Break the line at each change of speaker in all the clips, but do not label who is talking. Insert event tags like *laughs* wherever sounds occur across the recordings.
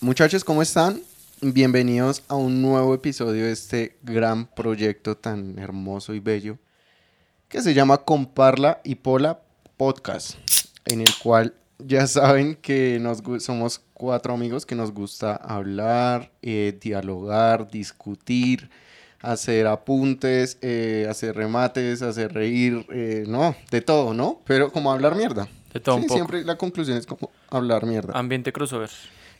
Muchachos, ¿cómo están? Bienvenidos a un nuevo episodio de este gran proyecto tan hermoso y bello que se llama Comparla y Pola Podcast, en el cual ya saben que nos gu- somos cuatro amigos que nos gusta hablar, eh, dialogar, discutir, hacer apuntes, eh, hacer remates, hacer reír, eh, no, de todo, ¿no? Pero como hablar mierda.
De todo
Sí,
un poco.
siempre la conclusión es como hablar mierda.
Ambiente crossover.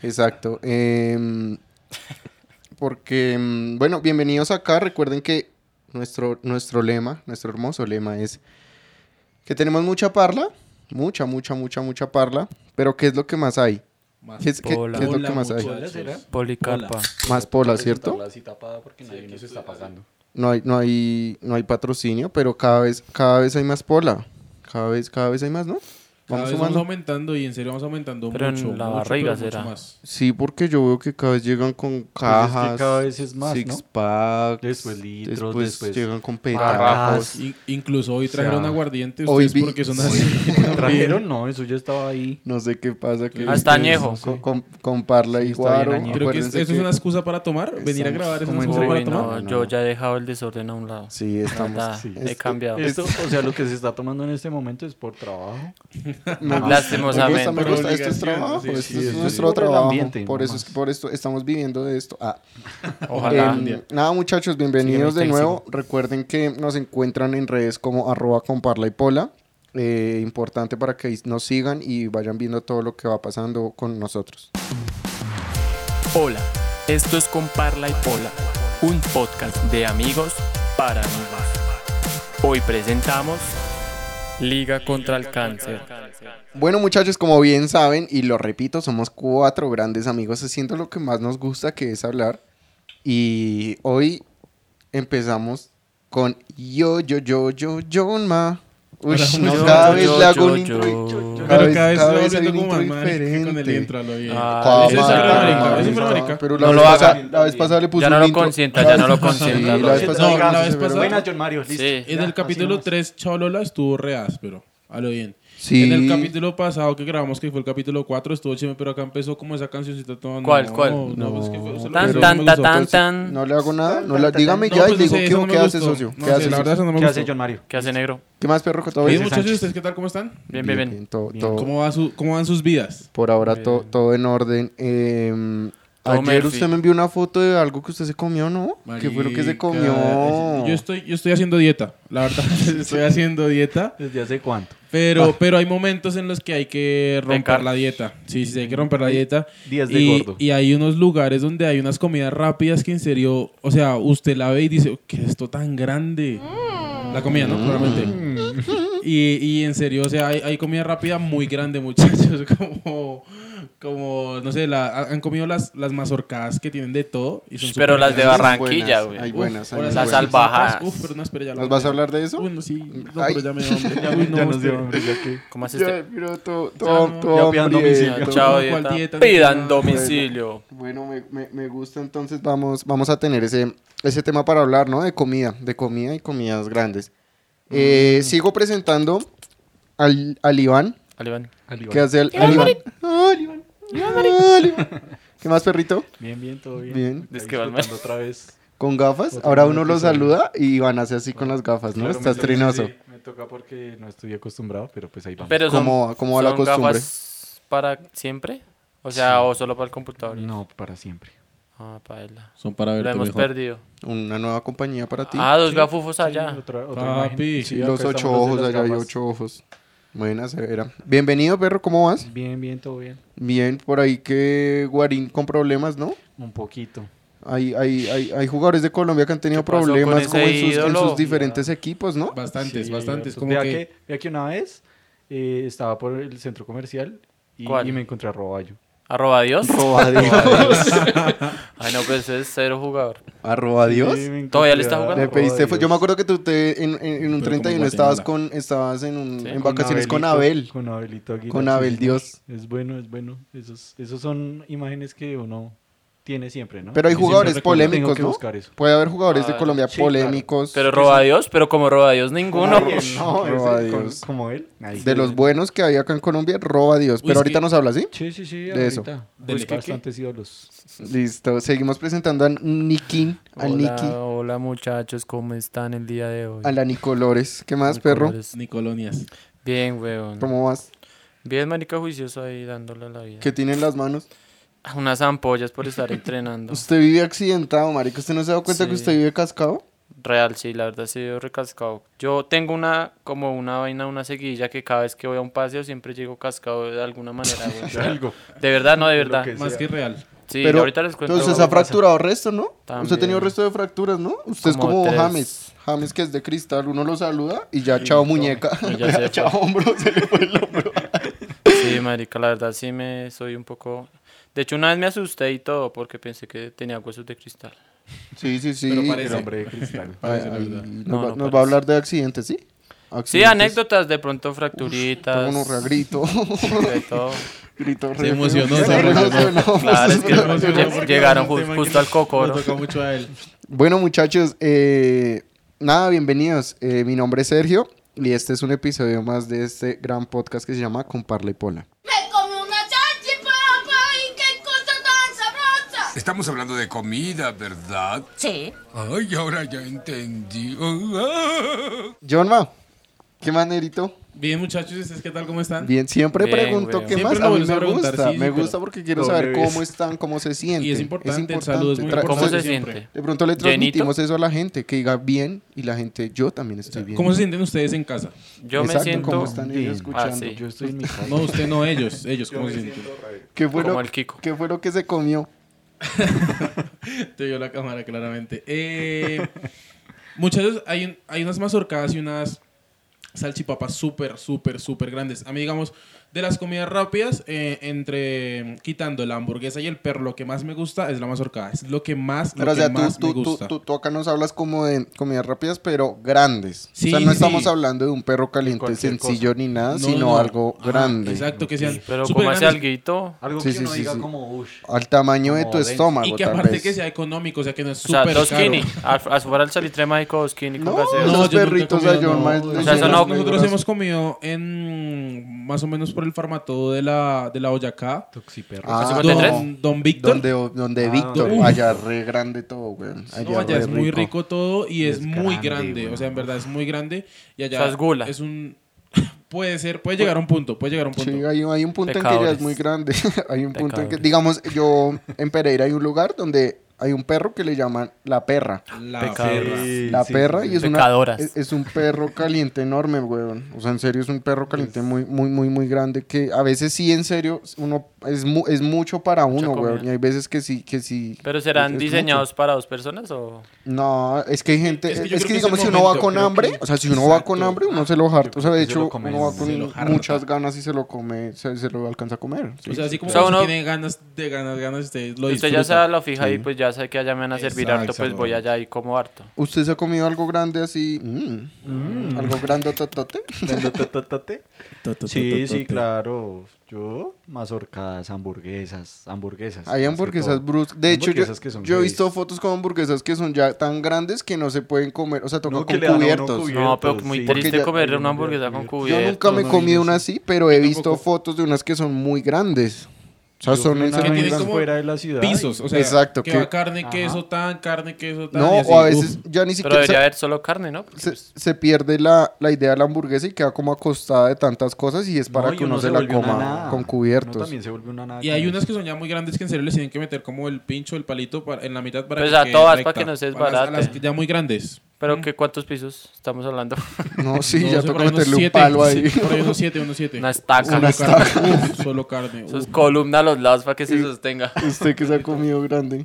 Exacto. em, porque, em, bueno, bienvenidos acá. Recuerden que nuestro, nuestro lema, nuestro hermoso lema es que tenemos mucha parla, mucha, mucha, mucha, mucha parla, pero ¿qué es lo que más hay?
Más
¿Qué es, qué-
pola.
qué es lo
Hola,
que más hay?
muchachos.
¿eh?
¿Será?
Policarpa.
Hola.
Más pola, ¿cierto?
Presentarla así tapada porque nadie nos está pagando.
No hay, no hay, no hay patrocinio, pero cada vez, cada vez hay más pola. Cada vez, cada vez hay más, ¿no?
Cada
Vamos
vez
sumando.
vamos aumentando y en serio vamos aumentando
Pero en
mucho.
la
mucho,
barriga
pero mucho
será.
más.
Sí, porque yo veo que cada vez llegan con cajas.
es que cada vez es más,
six
¿no?
packs,
Después litros,
después,
después
llegan con
Barras.
pedazos.
*laughs*
In- incluso hoy
O sea,
trajeron aguardiente
hoy
ustedes
vi-
porque son así.
*laughs*
¿Trajeron? No, eso ya estaba ahí.
No sé qué pasa que
Ah,
Hasta añejo.
con, con- con Parla y
Sí, está bien
Guaro.
añejo.
Creo que es-
acuérdense
eso es
que-
una excusa para tomar. Venir a
Estamos
grabar es
como
una
en
excusa para
Rubén,
Uy,
tomar.
no,
No, no,
yo
no.
ya he dejado el desorden a un lado.
Sí, estamos.
Verdad,
sí.
He
Este-
cambiado.
Esto, o sea, lo que se está tomando en este momento es por *laughs* trabajo.
Me gusta-
Lastimosamente.
Me gusta, me gusta. Esto es
Por obligación,
trabajo.
sí,
esto
sí,
es
sí,
nuestro
sí. Por el
trabajo.
ambiente,
por eso
nomás.
es que por esto estamos viviendo de esto. Ah,
Ojalá.
em, nada, muchachos, bienvenidos
Sí,
de
que no hay
nuevo. Recuerden que nos encuentran en redes como arroba con Parla y Pola. Eh, importante para que nos sigan y vayan viendo todo lo que va pasando con nosotros.
Hola, esto es Con Parla y Pola, un podcast de amigos para amigos. Hoy presentamos
Liga contra el cáncer.
Bueno, muchachos, como bien saben, y lo repito, somos cuatro grandes amigos haciendo lo que más nos gusta, que es hablar. Y hoy empezamos con yo, yo, yo, yo, Jonma. Uy,
Hola,
no,
yo,
cada
yo,
vez
yo,
le hago
yo,
un
yo.
intro.
Pero
Pero cada vez se va
hay
volviendo
un
como más
intro
marica con el
diferente.
intro a lo bien.
Ah,
Cómo
Ese es
marica,
supermarica, ese es
marica.
supermarica.
Pero la
No
vez
lo
pasada-
haga.
La vez pasada le puso
Ya no
un
lo
intro. La
consienta, ya
vez-
no lo consienta,
*laughs* Sí,
lo
la vez
siento.
pasada
No, la
Carlos
vez
se fue,
pasada-
¿verdad?
Buenas, John Mario. Listo.
Sí.
En
Ya,
el capítulo
así nomás.
3, Cholola estuvo re áspero. A lo bien.
Sí.
En el capítulo pasado que grabamos, que fue el capítulo 4, estuvo chévere, pero acá empezó como esa cancioncita toda. no,
¿Cuál, cuál?
No, pues que fue. solo
Tan,
eso
Pero-
no
tan,
me
ta,
gustó,
tan,
pues, sí.
tan.
No le hago nada, no le- dígame
No,
ya y
pues, no
digo
sé, eso no
qué,
me
qué hace
gustó.
socio.
No
¿Qué
sé,
hace
La
socio?
verdad, eso no me
¿Qué hace
gustó.
John Mario?
¿Qué hace negro?
¿Qué más perro que todo
Oye,
bien?
muchachos,
Sánchez.
¿ustedes qué tal? ¿Cómo están?
Bien, bien, bien.
Bien, todo- todo-
¿Cómo, va su- cómo van sus vidas?
Por ahora to- todo en orden. Em,
Todo
ayer
Murphy.
usted me envió una foto de algo que usted se comió, ¿no? ¿Qué fue lo que se
Marica,
comió?
Yo estoy, yo estoy haciendo dieta, la verdad. *laughs* estoy haciendo dieta.
¿Desde hace cuánto?
Pero, pero hay momentos en los que hay que romper
Pecar.
la dieta. Sí, sí, hay que romper la dieta.
Días de
y,
gordo.
y hay unos lugares donde hay unas comidas rápidas que en serio, o sea, usted la ve y dice, "Oh, ¿qué es esto tan grande? La comida, ¿no?
Mm.
Claramente. Y, y en serio, o sea, hay, hay comida rápida muy grande, muchachos. *laughs* Como, como no sé, la, han comido las, las mazorcadas que tienen de todo. Y son
Pero
súper
las de
grandes.
Barranquilla,
buenas, hay
güey.
buenas, hay
Ahora
muy buenas.
Las
sí, las
albajas.
Uf, pero no, espera, ya lo
¿Nos
voy
vas a hablar de eso?
Uy, no, sí. No,
Ay.
pero ya
*laughs*
me dio hambre.
Ya,
Uy,
ya nos
usted-
dio hambre, ya que-
¿Cómo haces?
Ya,
este?
pero todo,
Ya
todo,
no,
todo
ya pidan
hambriento.
domicilio.
Ya, Chao,
¿Cuál dieta?
dieta.
No,
Pidan
no,
domicilio.
Bueno, me, me- me gusta entonces, vamos, vamos a tener ese, ese tema para hablar, ¿no? De comida, de comida y comidas grandes. Eh, Sigo presentando al, al Iván.
Alibán.
¿Qué hace el, al Iván? Ah, al Iván. Ah, al Iván. ¿Qué más, perrito?
Bien, bien, todo bien.
Bien.
Ahí
Es que va al
disfrutando otra vez.
Con gafas.
Otro
Ahora
nuevo
uno lo
episodio.
saluda y Iván hace así con las gafas, ¿no?
Claro,
Estás
me-
trinoso.
sí, me toca porque no estoy acostumbrado, pero pues ahí vamos.
Pero son,
¿Cómo va- cómo va la
son
costumbre?
gafas para siempre? O sea, o solo para el computador.
No, para siempre.
Ah, paela.
Son para
Lo
verte
hemos
mejor.
perdido.
Una nueva compañía para ti.
Ah, dos gafufos allá.
Otra- otra
Papi.
imagen.
Sí,
Y los
acá
ocho
estamos
ojos,
los de
allá
las
hay
gafas.
ocho ojos. Buena, severa. Bienvenido, perro, ¿cómo vas?
Bien, bien, todo bien.
Bien, por ahí que Guarín con problemas, ¿no?
Un poquito.
Hay, hay, hay, hay jugadores de Colombia que han tenido
¿Qué pasó con
problemas
ese
como en sus, en
ídolo?
sus diferentes equipos, ¿no?
Bastantes,
Sí,
pues,
bastantes.
hartos.
Como
vea
que,
que... vea que una vez eh, estaba por el centro comercial y,
¿Cuál?
y me encontré a Roballo.
*laughs* Arroba
*laughs*
Dios. *laughs*
Arroba Dios.
Ay, no, pues es cero jugador.
Arroba Dios.
Sí, me encontré
¿Todavía le
a-
está jugando?
Le
Arroba
pediste, fue- yo
Dios.
me acuerdo que tú te, en, en- en un
como
31
Guatemala.
estabas con, estabas en, un,
Sí,
en
Con
vacaciones con
Abelito,
Abel,
Con Abelito Aguilar,
con
sí,
Abel
sí.
Dios.
Es bueno, es bueno. Esos, esos son imágenes que uno tiene siempre, ¿no?
Pero hay
Yo siempre
jugadores
recuerdo, tengo
polémicos,
que
¿no?
buscar eso.
Puede haber jugadores de
Ah,
Colombia
sí, claro.
polémicos.
Pero roba Dios, pero como roba Dios ninguno.
Nadie. no,
ese,
roba
con-
Dios.
como él. nadie.
De los buenos que había acá en Colombia, roba Dios. Pero
Uy, es
ahorita
que-
nos habla, ¿sí?
Sí, sí, sí.
De eso.
ahorita.
Del
Pues
Keke.
bastantes ídolos.
*laughs* Listo. Seguimos presentando a Nikin, al Niki,
Hola, hola muchachos, ¿cómo están el día de hoy?
a la Nicolores. ¿Qué más, perro?
Nicolás.
Ni colonias.
Bien, weón.
¿Cómo vas?
Bien, marica juicioso ahí dándole la vida.
¿Qué tiene en las manos?
Ah, Unas ampollas por estar *laughs* entrenando.
Usted vive accidentado, marica. ¿Usted no se ha dado cuenta que
Sí.
usted vive cascado?
Real, sí, la verdad sí, yo recascado. Yo tengo una, como una vaina, una seguilla que cada vez que voy a un paseo siempre llego cascado de alguna manera. güey.
*laughs*
O sea,
Algo.
De verdad, no, de verdad.
que
Más que real.
Sí,
Pero,
ahorita les cuento.
Entonces, se ha
algo.
fracturado resto, ¿no? Usted ha
También.
tenido resto de fracturas, ¿no? Usted
Como
es como
tres.
James. James, que es de cristal, uno lo saluda y ya, chao muñeca. *laughs*
Y ya se
chao hombro, se le fue el hombro.
Sí, marica, la verdad sí me soy un poco... De hecho, una vez me asusté y todo porque pensé que tenía huesos de cristal.
Sí, sí, sí.
Pero
El
parece-
hombre de cristal.
Ay,
Parece la
ay,
verdad.
nos
No,
va,
no
nos va
parece.
a hablar de accidentes, ¿sí?
Sí,
Accidentes.
anécdotas, de pronto fracturitas.
Uno re grito.
de todo.
*laughs* grito re
Se
feo. *laughs*
emocionó, se
Re
emocionó.
emocionó.
Claro, es que
Se
lle-
emocionó.
llegaron ju- justo al cocoro.
Me tocó mucho a él.
Bueno, muchachos, eh, nada, bienvenidos. Eh, mi nombre es Sergio y este es un episodio más de este gran podcast que se llama Comparla y Pola.
Me comí una salchipapa y qué cosa tan sabrosa.
Estamos hablando de comida, ¿verdad?
Sí.
Ay, ahora ya entendí.
John Ma, ¿qué manerito?
Bien, muchachos, ¿y ¿ustedes qué tal? ¿Cómo están?
Bien, siempre
Bien,
pregunto
weón.
qué
Siempre
más.
lo
A mí
vuelves a
me
preguntar,
gusta,
sí,
me
sí,
gusta
pero-
porque quiero
Doble
saber
vez.
cómo están, cómo se sienten.
Y es importante, el saludo es muy
Tra-
¿Cómo se
importante. siempre.
siente?
De pronto le
¿Llenito?
transmitimos eso a la gente, que diga bien y la gente, yo también estoy bien.
¿Cómo se sienten ustedes en casa?
Yo
Exacto,
me siento
¿cómo están ellos
Bien.
escuchando?
Ah, sí.
Yo estoy en
*laughs*
mi casa.
No, usted no, ellos. Ellos, ¿cómo se sienten?
¿Qué fue
Como
lo-
el Kiko.
¿Qué fue lo que se comió?
Te vio la cámara claramente. Eh, muchachos, hay, un- hay unas mazorcadas y unas salchipapas súper, súper, súper grandes. A mí, digamos, de las comidas rápidas, eh, entre quitando la hamburguesa y el perro, lo que más me gusta es la mazorcada. Es lo que más, lo
Pero, o
que
sea, tú,
más
tú,
me
tú,
gusta.
tú, tú acá nos hablas como de comidas rápidas, pero grandes.
Sí,
o sea, no
sí.
estamos hablando de un perro caliente
cualquier
sencillo ni nada,
No,
sino
no.
algo
Ajá,
grande.
exacto, que sean.
Pero
súper
como hace
grandes.
alguito...
Algo
Sí,
que
sí,
uno
sí,
diga
sí.
como, ush.
Al tamaño de
Como
tu
denso.
estómago,
Y que
tal
aparte
vez.
que sea económico, o sea, que no es
O sea,
súper
dos
caro.
skinny. Al- A su el salitre mágico, dos skinny con
No,
gaseosa.
esos
yo nunca he
perritos
comido,
de John
no.
Maes-
O
de
sea, eso
John
no-
Maes-
Nosotros hemos comido en más o menos por el farmato de la, de la Boyacá.
Toxiperro.
Ah,
don, don Víctor.
Donde, donde
Ah,
Víctor,
uf.
allá re grande todo, weón.
No, allá
re
es muy rico todo y es,
Es
muy
grande,
grande.
weón.
O sea, en verdad es muy grande. Y allá
O sea, es gula.
un. *laughs* Puede ser, puede llegar a un punto, puede llegar a un punto.
Sí, hay, hay un punto en que ya es
Pecadores.
muy grande. *laughs* hay un punto en que,
Pecadores.
digamos, yo en Pereira hay un lugar donde hay un perro que le llaman la perra.
La
Pecado.
perra.
La perra y es una,
Pecadoras.
es, es un perro caliente enorme, weón. O sea, en serio es un perro caliente muy, muy, muy, muy grande que a veces sí, en serio, uno es, mu- es mucho para uno,
comida.
weón. Y hay veces que sí, que sí.
¿Pero
es-
serán
es
diseñados para dos personas o...?
mucho. No, es que hay gente,
Es
es
que
que,
yo creo que es
digamos
el
si uno va
momento,
con
creo
hambre,
que-
o sea, si uno va con
Exacto.
hambre, uno se lo harta. O sea, de
que se lo
hecho,
come,
uno va
se
con
lo harta.
muchas ganas y se lo come, se, se lo alcanza a comer. sí.
O sea, así como
O sea,
ustedes
uno-
tienen ganas de ganas, ganas, ustedes lo
Usted
disfrutan.
ya se lo fija y pues ya sé que allá me van a servir harto, pues
Exacto.
voy allá y como harto.
¿Usted se ha comido algo grande así? mm, ¿Algo grande totote?
*laughs* Totototote.
To, to, to,
Sí,
to,
sí,
to.
claro. Yo, mazorcadas, hamburguesas, hamburguesas.
Hay
más que
hamburguesas
todo.
brus. De hecho, yo,
Hamburguesas que son
yo he
heavies.
visto fotos con hamburguesas que son ya tan grandes que no se pueden comer. O sea, toca
No, que
con
le dan a uno
cubiertos.
cubiertos.
No, pero muy
sí.
Porque
triste
ya-
comer una hamburguesa con
Yo
cubiertos.
nunca me he
no,
comido
yo
una
sí.
así, pero he visto
tampoco.
fotos de unas que son muy grandes. O sea,
Yo
son
fui
esas
una
muy
tienen
vez
grandes.
como
fuera de la ciudad.
Pisos, o sea,
Exacto,
que
que-
va carne, queso tan, carne, queso tan.
No,
y así.
o a
Uf,
veces ya ni
Pero
siquiera
debería
se,
haber solo carne, ¿no? Porque,
se-
pues,
se pierde la, la idea de la hamburguesa y queda como acostada de tantas cosas y es para
No, y
que uno, se, la
vuelve una
coma
nada.
con
Uno
cubiertos.
también se vuelve una nada.
Y hay
con
unas
eso.
que son ya muy grandes que en serio les tienen que meter como el pincho, el palito para- en la mitad para
Pues
que
a
quede
todas,
recta.
para que no se
A las- A las
desbarate.
que ya muy grandes.
Mm.
pero que cuántos pisos estamos hablando.
No, sí,
No
ya
sé, por
toca
ahí unos
meterle un
siete,
palo ahí.
sí, por ahí unos siete, unos siete.
Una estaca.
Una
Eso
estaca.
Uf, *laughs* solo carne.
es
uf.
columna a los lados para que se sostenga.
*laughs* Usted que se ha comido grande.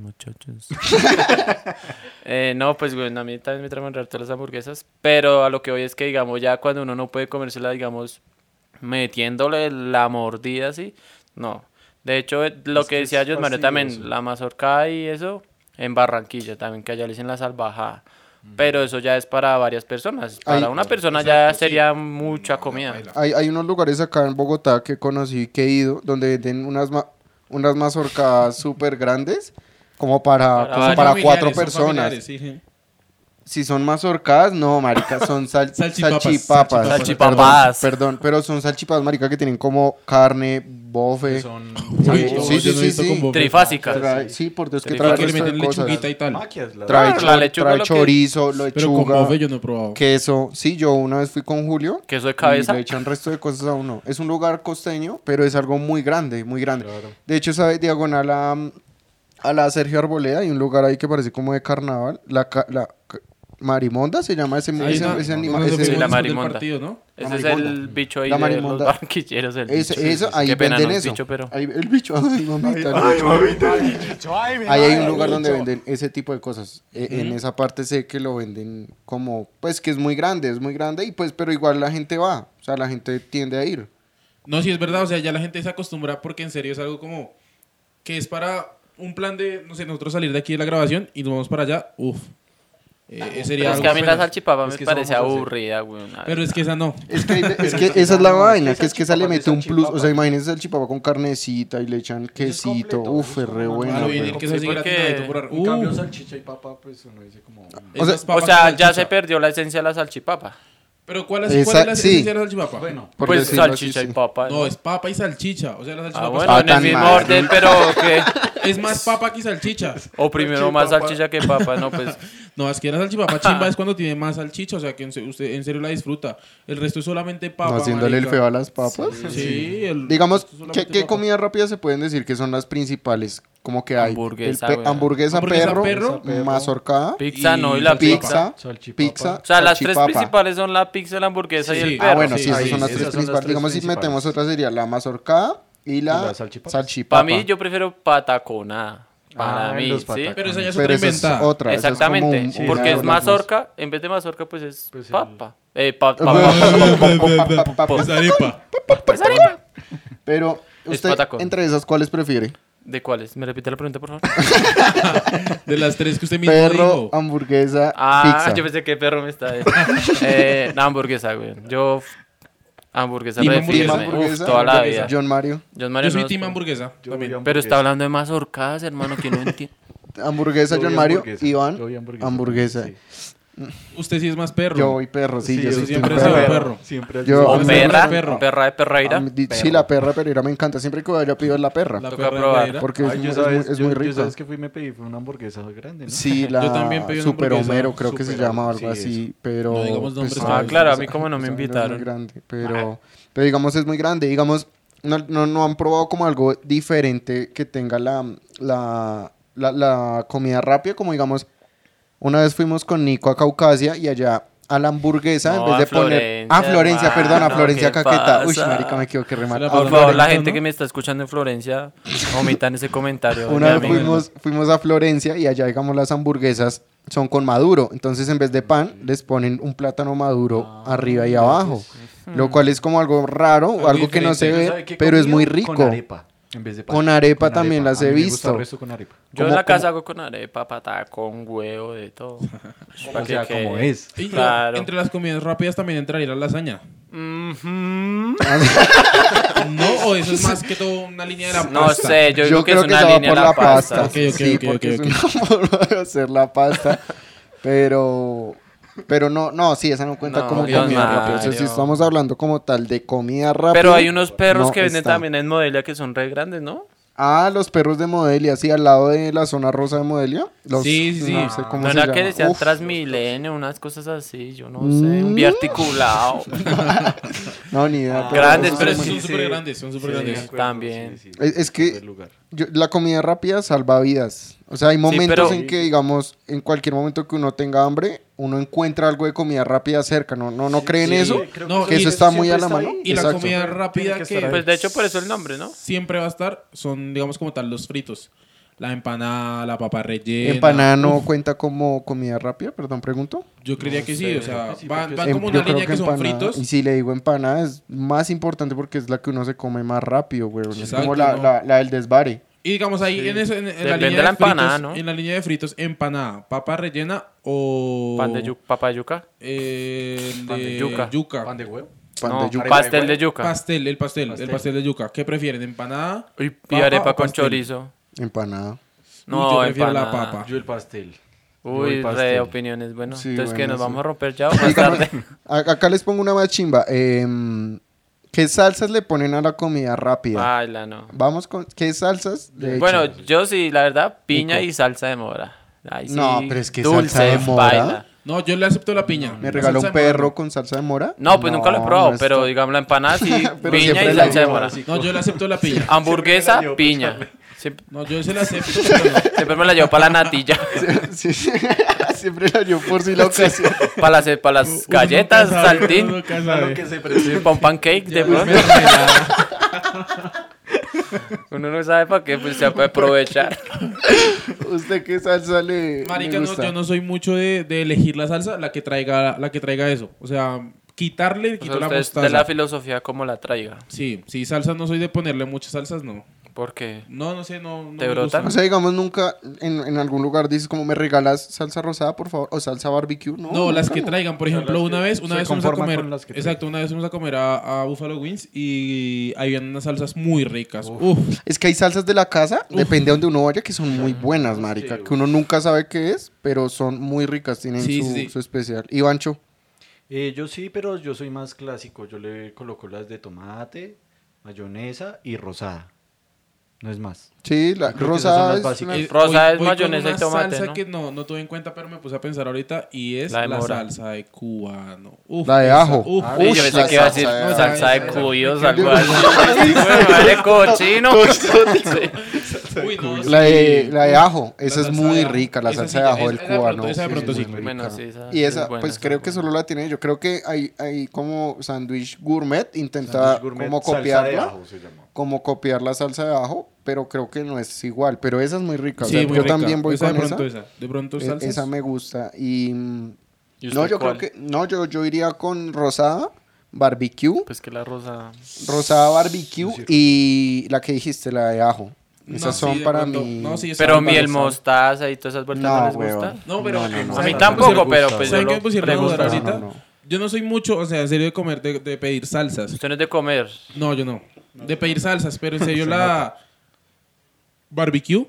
muchachos. *laughs* Eh, no, pues bueno, a mí también me traen harto las hamburguesas, pero a lo que voy es que, digamos, ya cuando uno no puede comérsela, digamos, metiéndole la mordida así, no. De hecho, eh, lo
Es
que
que
decía
es
yo, Mario, también,
fastidioso.
la mazorca y eso, en Barranquilla también, que allá le dicen la salvajada.
Mm.
Pero eso ya es para varias personas.
Ahí-
Para una persona ya sería mucha comida.
Hay, hay unos lugares acá en Bogotá que conocí que he ido donde venden unas ma- unas mazorcas súper grandes, como para,
Para
como
varios
para
Son
cuatro
familiares, son
personas.
familiares, sí, sí.
Si son mazorcas, no, marica, son sal-
*laughs* Salchipapas,
salchipapas.
salchipapas.
Perdón, perdón, pero son salchipapas, marica, que tienen como carne, bofe.
Son
Uy,
Yo-
sí, sí,
yo no he
sí,
visto
sí.
con bofe.
Trifásica.
Trae- sí, por Dios, que
Sí,
trae
Que le
resto de
meten
cosas.
lechuguita y tal.
maquias. las-
Trae,
Claro, Ah, la
chor-
lechuga
trae
lo que-
chorizo,
Pero con
lechuga,
bofe yo no he probado.
queso. Sí, yo una vez fui con Julio.
Queso de cabeza.
Y le echan resto de cosas a uno. Es un lugar costeño, pero es algo muy grande, muy grande. De hecho, sabe diagonal a, mm, a la Sergio Arboleda. Hay un lugar ahí que parece como de carnaval. La, ca- la ca- marimonda se llama ese,
Ahí
ese,
está.
ese anima-
Entonces,
ese-
Sí,
fuimos
la
del
marimonda.
partido, ¿no?
Ese es
marimonda.
el bicho ahí
La
de los
marimonda.
barranquilleros. El
ese-
bicho.
eso, ahí
Qué pena,
venden
no es
eso.
bicho, pero-
Ahí- el bicho, *laughs* ay, mamita. el bicho. Ahí hay un lugar donde venden ese tipo de cosas. E- En esa parte sé que lo venden como, pues que es muy grande, es muy grande y pues, pero igual la gente va, o sea, la gente tiende a ir.
No, sí es verdad, o sea, ya la gente se acostumbra porque en serio es algo como que es para un plan de, no sé, nosotros salir de aquí de la grabación y nos vamos para allá, uf. Eh, sería
Ah, Pero es
algo
que a mí la
apenas.
salchipapa
Es
me
que
parece
somos así.
aburrida, güey. una
Pero es que esa no.
Es que, hay ve- es que
Pero
esa es la
no,
vaina,
es que
que es que esa le
salchipapa
mete
es
un plus. O sea,
salchipapa.
imagínense el chipapa con carnecita y le echan quesito.
completo,
Uf,
es
es re
como
bueno.
A lo
normal.
güey.
bien que es así
Sí, porque-
gratinadito por
En cambio,
arriba.
salchicha y papa, pues uno dice como...
Uh,
o sea-
esas
O
papas
sea,
con
ya se
salchicha.
perdió la esencia de la salchipapa.
Pero ¿cuál es,
Esa-
cuál es la
sí.
esencia de la salchipapa?
Bueno,
Por
pues
decirlo así,
salchicha
sí.
y papa.
No, es papa y salchicha. O sea, la
Ah,
salchipapa es-
bueno, en el
tan
mismo
mal. *laughs*
orden, pero que.
es más papa que salchicha.
*laughs* O primero más salchicha que papa, no, pues.
*laughs* No, es que la salchipapa
*laughs*
chimba es cuando tiene más salchicha. O sea, que en se- usted en serio la disfruta. El resto es solamente
No,
papa.
haciéndole el
marica.
feo a las papas.
Sí, el-
Digamos, ¿qué,
solamente
qué
papa.
comidas rápidas se pueden decir que son las principales? Como que hay
Hamburguesa,
el pe-
güey.
hamburguesa,
Hamburguesa,
perro,
perro,
mazorcada,
Pizza
Y
no, y la
pizza,
pizza.
salchipapa.
Salchipapa.
pizza,
O sea, las tres
salchipapa.
principales son la pizza, la hamburguesa y
Sí,
el
sí.
perro.
Ah, bueno,
sí,
sí,
sí,
esas
sí,
son las
esas
tres
son las
principales.
tres
Digamos, si
principales.
metemos otra sería la mazorcada y la,
Y la salchipapa.
salchipapa.
Para mí, yo prefiero pataconada. Para
Ah,
mí,
los
¿sí?
patacones.
Pero esa ya es
Pero
otra
esa es
inventada. *laughs*
otra. esa es como un-
Exactamente,
una
porque
de
es
las
mazorca, en vez de mazorca, pues es
Pues el-
papa. Eh,
*laughs*
pa- pa-
*laughs*
más-
Es pues, arepa.
Pues
Pero,
Es
¿usted
patacón.
entre esas cuáles prefiere?
¿De cuáles? ¿Me repite la pregunta, por favor?
De las tres que usted mismo
Perro,
dijo.
hamburguesa,
Ah,
pizza.
yo pensé que perro me está. *laughs* eh, no, hamburguesa, güey. Yo, f- hamburguesa,
Team
re
Team
hamburguesa,
firme.
hamburguesa,
Uf, toda la
hamburguesa.
vida.
John Mario.
John
Yo
Mario
soy
no-
team hamburguesa.
Yo
también.
voy a
Pero está
hamburguesa.
hablando de mazorcadas, hermano, que no entiende.
Hamburguesa,
Yo
John
vi
Mario.
hamburguesa,
Iván,
yo vi hamburguesa.
hamburguesa.
Sí.
Usted sí es más perro.
Yo voy perro, sí,
Sí,
yo
yo
soy
siempre
siempre
he sido
perro.
perro.
Siempre el
Yo-
mismo.
O
Hombre,
perra,
perro.
perra de perreira.
A mí, di- Sí, la perra Pereira me encanta. Siempre que vaya pido es la perra.
La
Toca
perra
probar.
negra.
Porque es,
Ay,
muy-
yo
es
sabes-
muy, es
yo-
muy
yo
rica.
sabes que fui y me pedí fue una hamburguesa grande, ¿no? *laughs*
Sí, la
también pedí una
Super
hamburguesa.
Homero creo que se
Super
llama o algo
Homero, sí,
así, pero...
No digamos nombres,
pues,
Ah,
no,
claro, a mí
esa-
como no me
esa vaina es
invitaron.
muy grande, pero, pero digamos es muy grande, digamos, no, no, no han probado como algo diferente que tenga la, la, la, la comida rápida, como digamos, una vez fuimos con Nico a Caucasia y allá a la hamburguesa, en
No,
vez
a
de poner...
Florencia,
A Florencia, perdón, a
hermano,
Florencia
¿qué
Caqueta. Uy,
pasa?
marica, me equivoqué re mal.
Se la
A
Por favor,
Florencia,
la gente
¿no?
que me está escuchando en Florencia, omitan ese
*laughs*
comentario.
Una vez
ya, amigo.
fuimos, fuimos a Florencia y allá, digamos, las hamburguesas son con maduro. Entonces, en vez de pan, les ponen un plátano maduro arriba y abajo. Lo cual es como algo raro, o algo que no se
Yo,
ve,
¿sabe qué
pero es
comía?
muy
Con
rico.
arepa. En vez de pan.
Con arepa también las
A mí
he
me gusta el
visto.
resto con arepa.
Yo en
¿Cómo-
la casa hago con arepa, patata, con huevo, de todo. Para
O
que
sea,
quede.
como es.
Y ya,
Claro.
entre las comidas rápidas también entraría la lasaña.
Ujú.
No, o eso es más que todo una línea de la
*laughs* No
pasta?
sé, yo,
Yo
creo que es
creo que
una
se va
línea
por
de
la pasta.
Ok, ok,
Sí,
ok,
porque es
ok,
una *laughs* forma de hacer la pasta. Pero... Pero no, no, sí, esa no cuenta
No,
como
Dios
comida rápida. O sea,
Mario.
si estamos hablando como tal de comida rápida.
Pero hay unos perros
no
que venden
está.
también en Modelia que son re grandes, ¿no?
Ah, los perros de Modelia, sí, al lado de la zona rosa de Modelia. Los-
Sí, sí, sí.
No sé cómo
no
se
era
llama.
que decían
Uf, Mm.
Transmilenio, unas cosas así, yo no sé,
*laughs*
un biarticulado.
No, ni idea. pero
Grandes,
eso
Pero
es
esos
muy-
son
sí,
súper
sí.
grandes, son súper grandes.
también.
Es- es que- yo- la comida rápida salva vidas. O sea, hay momentos
pero-
en que, digamos, en cualquier momento que uno tenga hambre, uno encuentra algo de comida rápida cerca. ¿No, no, no creen eso?
No,
que eso está muy a la mano.
Y la
Exacto.
comida rápida
Tiene que
que,
estar ahí.
Pues de hecho por eso el nombre, ¿no?
siempre va a estar son, digamos, como tal, los fritos. La empanada, la papa rellena.
Empanada no cuenta como comida rápida, perdón, pregunto.
Yo creería que sí, o sea, van, van
Em-
Ah, como
yo
una línea que, son
empanada-
fritos.
Y si le digo empanada, es más importante porque es la que uno se come más rápido, güey. Es
Exacto,
como la,
¿no?
la- la del desvare.
Y digamos ahí en, eso- en- en
Depende
la línea
de la
de fritos,
empanada, ¿no?
en la línea de fritos, empanada, papa rellena o
Oh.
Pan de yuca, papa de yuca.
eh, el
Pan de
de
yuca.
yuca.
Pan de huevo.
Pan
No,
de yuca.
pastel de yuca.
Pastel, el pastel, el pastel de yuca. ¿Qué prefieren? ¿Empanada?
y, y
papa
arepa
o
con
pastel?
chorizo.
Empanada.
No,
yo prefiero la
empanada.
papa.
Yo el pastel. Yo
Uy, re
el
de
pastel.
opiniones. Bueno,
Sí,
entonces que
bueno,
nos
sí.
vamos a romper ya o
*laughs*
más tarde.
A- Acá les pongo una más chimba. Em, ¿Qué salsas le ponen a la comida rápida?
Ay, la no.
Vamos con. ¿Qué salsas? De
Bueno,
hecho?
yo sí, la verdad, piña y salsa de mora. Ay, sí,
No, pero es que salsa de mora.
No, yo le acepto la piña.
me
La
regaló
salsa
un
de mora.
perro con salsa de mora.
No, pues nunca lo he probado,
no es
pero
tan-
digamos la empanada sí,
*laughs* Pero
piña
siempre
y
la
salsa de
llevo
mora.
No, yo le acepto la piña.
Ah. Hamburguesa,
pues,
piña. Siempre,
No, yo se la acepto. pero no.
siempre me la llevo para la natilla, *laughs*
*laughs* Sí, sí. Siempre la dio por si la ocasión.
para las, para las galletas,
Uno nunca sabe, uno
saltín,
nunca
Claro
sabe.
que se presenta.
para un pancake de
pues,
pronto. Uno no sabe para qué, pues se puede
*laughs*
aprovechar.
¿Usted qué salsa le, le
Marica, no,
gusta?
yo no soy mucho de, de elegir la salsa, la que traiga, la que traiga eso. O sea, quitarle,
O
quito
sea,
la
usted es
mostaza.
de la filosofía como la traiga.
Sí, sí, salsa no soy de ponerle muchas salsas, no.
Porque
No, no sé, no. no
¿Te
me
brotan?
gusta.
O sea, digamos, nunca en, en algún lugar dices como me regalas salsa rosada, por favor, o salsa barbecue, ¿no?
No, las
nunca,
que
¿no?
traigan, por ejemplo,
las
una
que
vez, una
se
vez fuimos a
conforman
comer,
con las que traigan.
exacto, una vez fuimos a comer a, a Buffalo Wings y habían unas salsas muy ricas. Uf,
Es que hay salsas de la casa, depende de donde uno vaya, que son muy buenas, marica. que uno nunca sabe qué es, pero son muy ricas, tienen
Sí,
su,
sí, sí.
su especial. Y Bancho,
Eh, yo sí, pero yo soy más clásico. Yo le coloco las de tomate, mayonesa y rosada. No es más.
sí, la
Creo que esas son
rosa
las
es
básicas.
una-
eh,
Rosa es
voy- voy con
mayonesa y
una
tomate,
salsa
¿no?
que no, no tuve en cuenta, pero me puse a pensar ahorita y es
La de
la,
mora.
salsa de cubano. Uf,
La de
esa-
ajo.
Uf,
Ah,
Sí,
Ush,
yo pensé
la
que iba a decir
salsa de-
salsa de
Ay,
cuyos, algo así. *laughs* Sí, güey, madre, cochino. *laughs* Sí.
uy, no,
la, de,
sí.
la de ajo,
La
esa es
salsa
muy
de ajo.
rica, la
Esa
salsa
sí,
de
ya,
ajo
esa-
del
esa de pronto-
cubano.
esa de
sí,
pronto
es
sí.
muy
Bueno,
rica.
sí, esa
Y
es
esa,
buena,
pues
esa
creo
es
que
buena.
solo la tiene, yo creo que hay, hay como sándwich gourmet, intenta
Sándwich gourmet,
como
salsa
copiarla,
de ajo se llama.
como copiar la salsa de ajo, pero creo que no es igual, pero esa es muy rica, o
Sí,
sea,
muy
yo
rica.
también voy
esa
con
de
esa.
pronto esa. De pronto
E-
salsas.
Esa me gusta. Y. mm,
¿Y
no,
usted
yo
cuál?
creo que. No, yo, yo iría con rosada, barbecue.
Pues que la rosa.
Rosada, barbecue y la que dijiste, la de ajo.
No,
Esas
sí,
son
de
para
pronto.
mí.
No, sí, esa
Pero
me parece.
miel mostaza y todas esas vueltas no,
No,
les gusta.
huevón.
No, pero
No, no, no.
A mí
¿saben-
tampoco,
gusta,
pero
no.
pues yo
¿Saben qué me
lo
pusieron a dudar
pregunto.
gusta.
ahorita?
No, no, no.
Yo no soy mucho, o sea, en serio de comer, de, de pedir salsas.
Usted no es de comer.
No, yo no. De pedir
*laughs*
salsas, pero en serio la... ¿Barbecue?